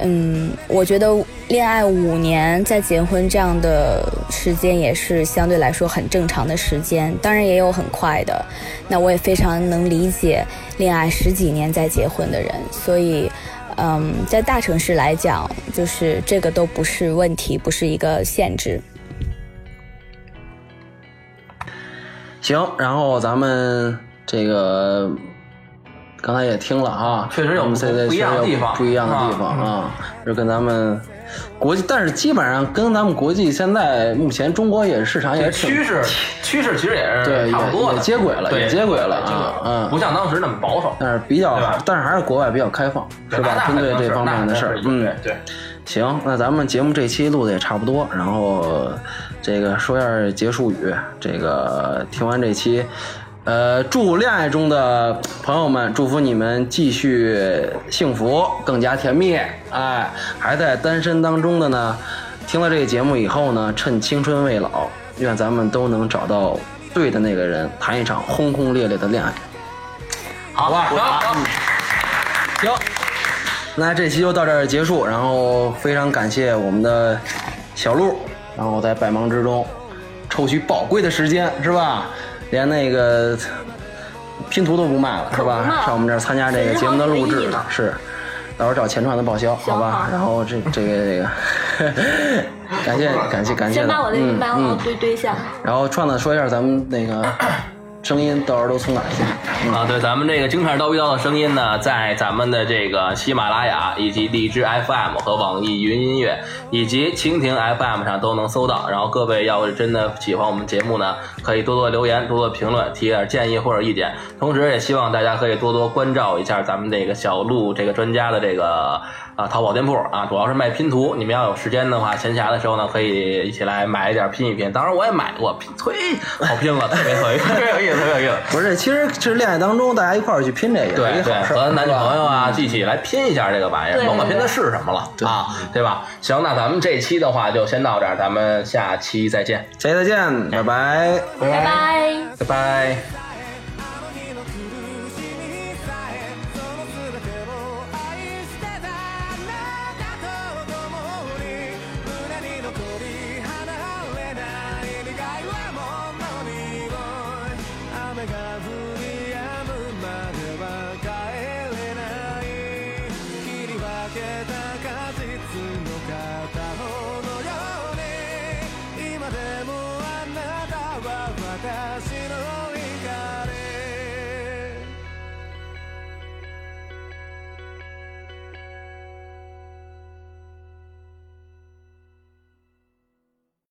S6: 嗯，我觉得恋爱五年再结婚这样的时间也是相对来说很正常的时间，当然也有很快的。那我也非常能理解恋爱十几年再结婚的人，所以，嗯，在大城市来讲，就是这个都不是问题，不是一个限制。
S3: 行，然后咱们这个刚才也听了啊，
S4: 确实有
S3: 我们现在
S4: 不一样的地方
S3: 确实有不一样的地方啊，就跟咱们国际，但是基本上跟咱们国际现在目前中国也市场也挺
S4: 趋势趋势其实也
S3: 对
S4: 是
S3: 也
S4: 差不多
S3: 也
S4: 的，
S3: 接轨了，
S4: 对
S3: 也接轨了
S4: 对接轨
S3: 啊，嗯，
S4: 不像当时那么保守，
S3: 但是比较
S4: 对吧，
S3: 但是还是国外比较开放，是吧？针
S4: 那
S3: 对
S4: 肯定
S3: 这
S4: 是
S3: 方面的事儿
S4: 那肯，定
S3: 嗯
S4: 是，对对。
S3: 行，那咱们节目这期录的也差不多，然后这个说一下结束语。这个听完这期，呃，祝恋爱中的朋友们，祝福你们继续幸福，更加甜蜜。哎，还在单身当中的呢，听了这个节目以后呢，趁青春未老，愿咱们都能找到对的那个人，谈一场轰轰烈烈的恋爱。
S2: 好吧，
S4: 好
S2: 嗯
S3: 行，那这期就到这儿结束，然后非常感谢我们的小鹿，然后在百忙之中抽取宝贵的时间，是吧？连那个拼图都不卖了，是吧
S5: 不卖？了
S3: 上我们这儿参加这个节目的录
S5: 非常有
S3: 制
S5: 意义呢
S3: 是。到时候找钱传的报销，好吧
S5: 好？
S3: 然后这这个 这个，感谢感谢感谢
S5: 先
S3: 的，
S5: 把我那个
S3: 嗯
S5: 麦当劳
S3: 嗯。
S5: 堆堆下。
S3: 然后串子说一下咱们那个声音，到时候都从哪儿去？
S1: 啊，对，咱们这个《京片刀逼刀》的声音呢，在咱们的这个喜马拉雅、以及荔枝 FM 和网易云音乐以及蜻蜓 FM 上都能搜到。然后各位要是真的喜欢我们节目呢，可以多多留言、多多评论，提点建议或者意见。同时也希望大家可以多多关照一下咱们这个小鹿这个专家的这个。啊，淘宝店铺啊，主要是卖拼图。你们要有时间的话，闲暇的时候呢，可以一起来买一点拼一拼。当然我也买过拼，忒好拼了，特别特别 特别有意思，特别有意思。
S3: 不是，其实就是恋爱当中，大家一块儿去拼这个，
S1: 对
S3: 也是一嗯
S1: 对
S3: 好，事儿
S1: 和男女朋友啊一起来拼一下这个玩意儿，
S5: 对
S1: 甭管拼的是什么了啊，对吧？行，那咱们这期的话就先到这儿，咱们下期再见，
S3: 下期再见，拜拜。
S5: 拜拜。
S1: 拜拜。
S7: 「日の苦しみさえその全てを愛してたあなたと共に」「胸に残り離れない願いはものにも雨が降る」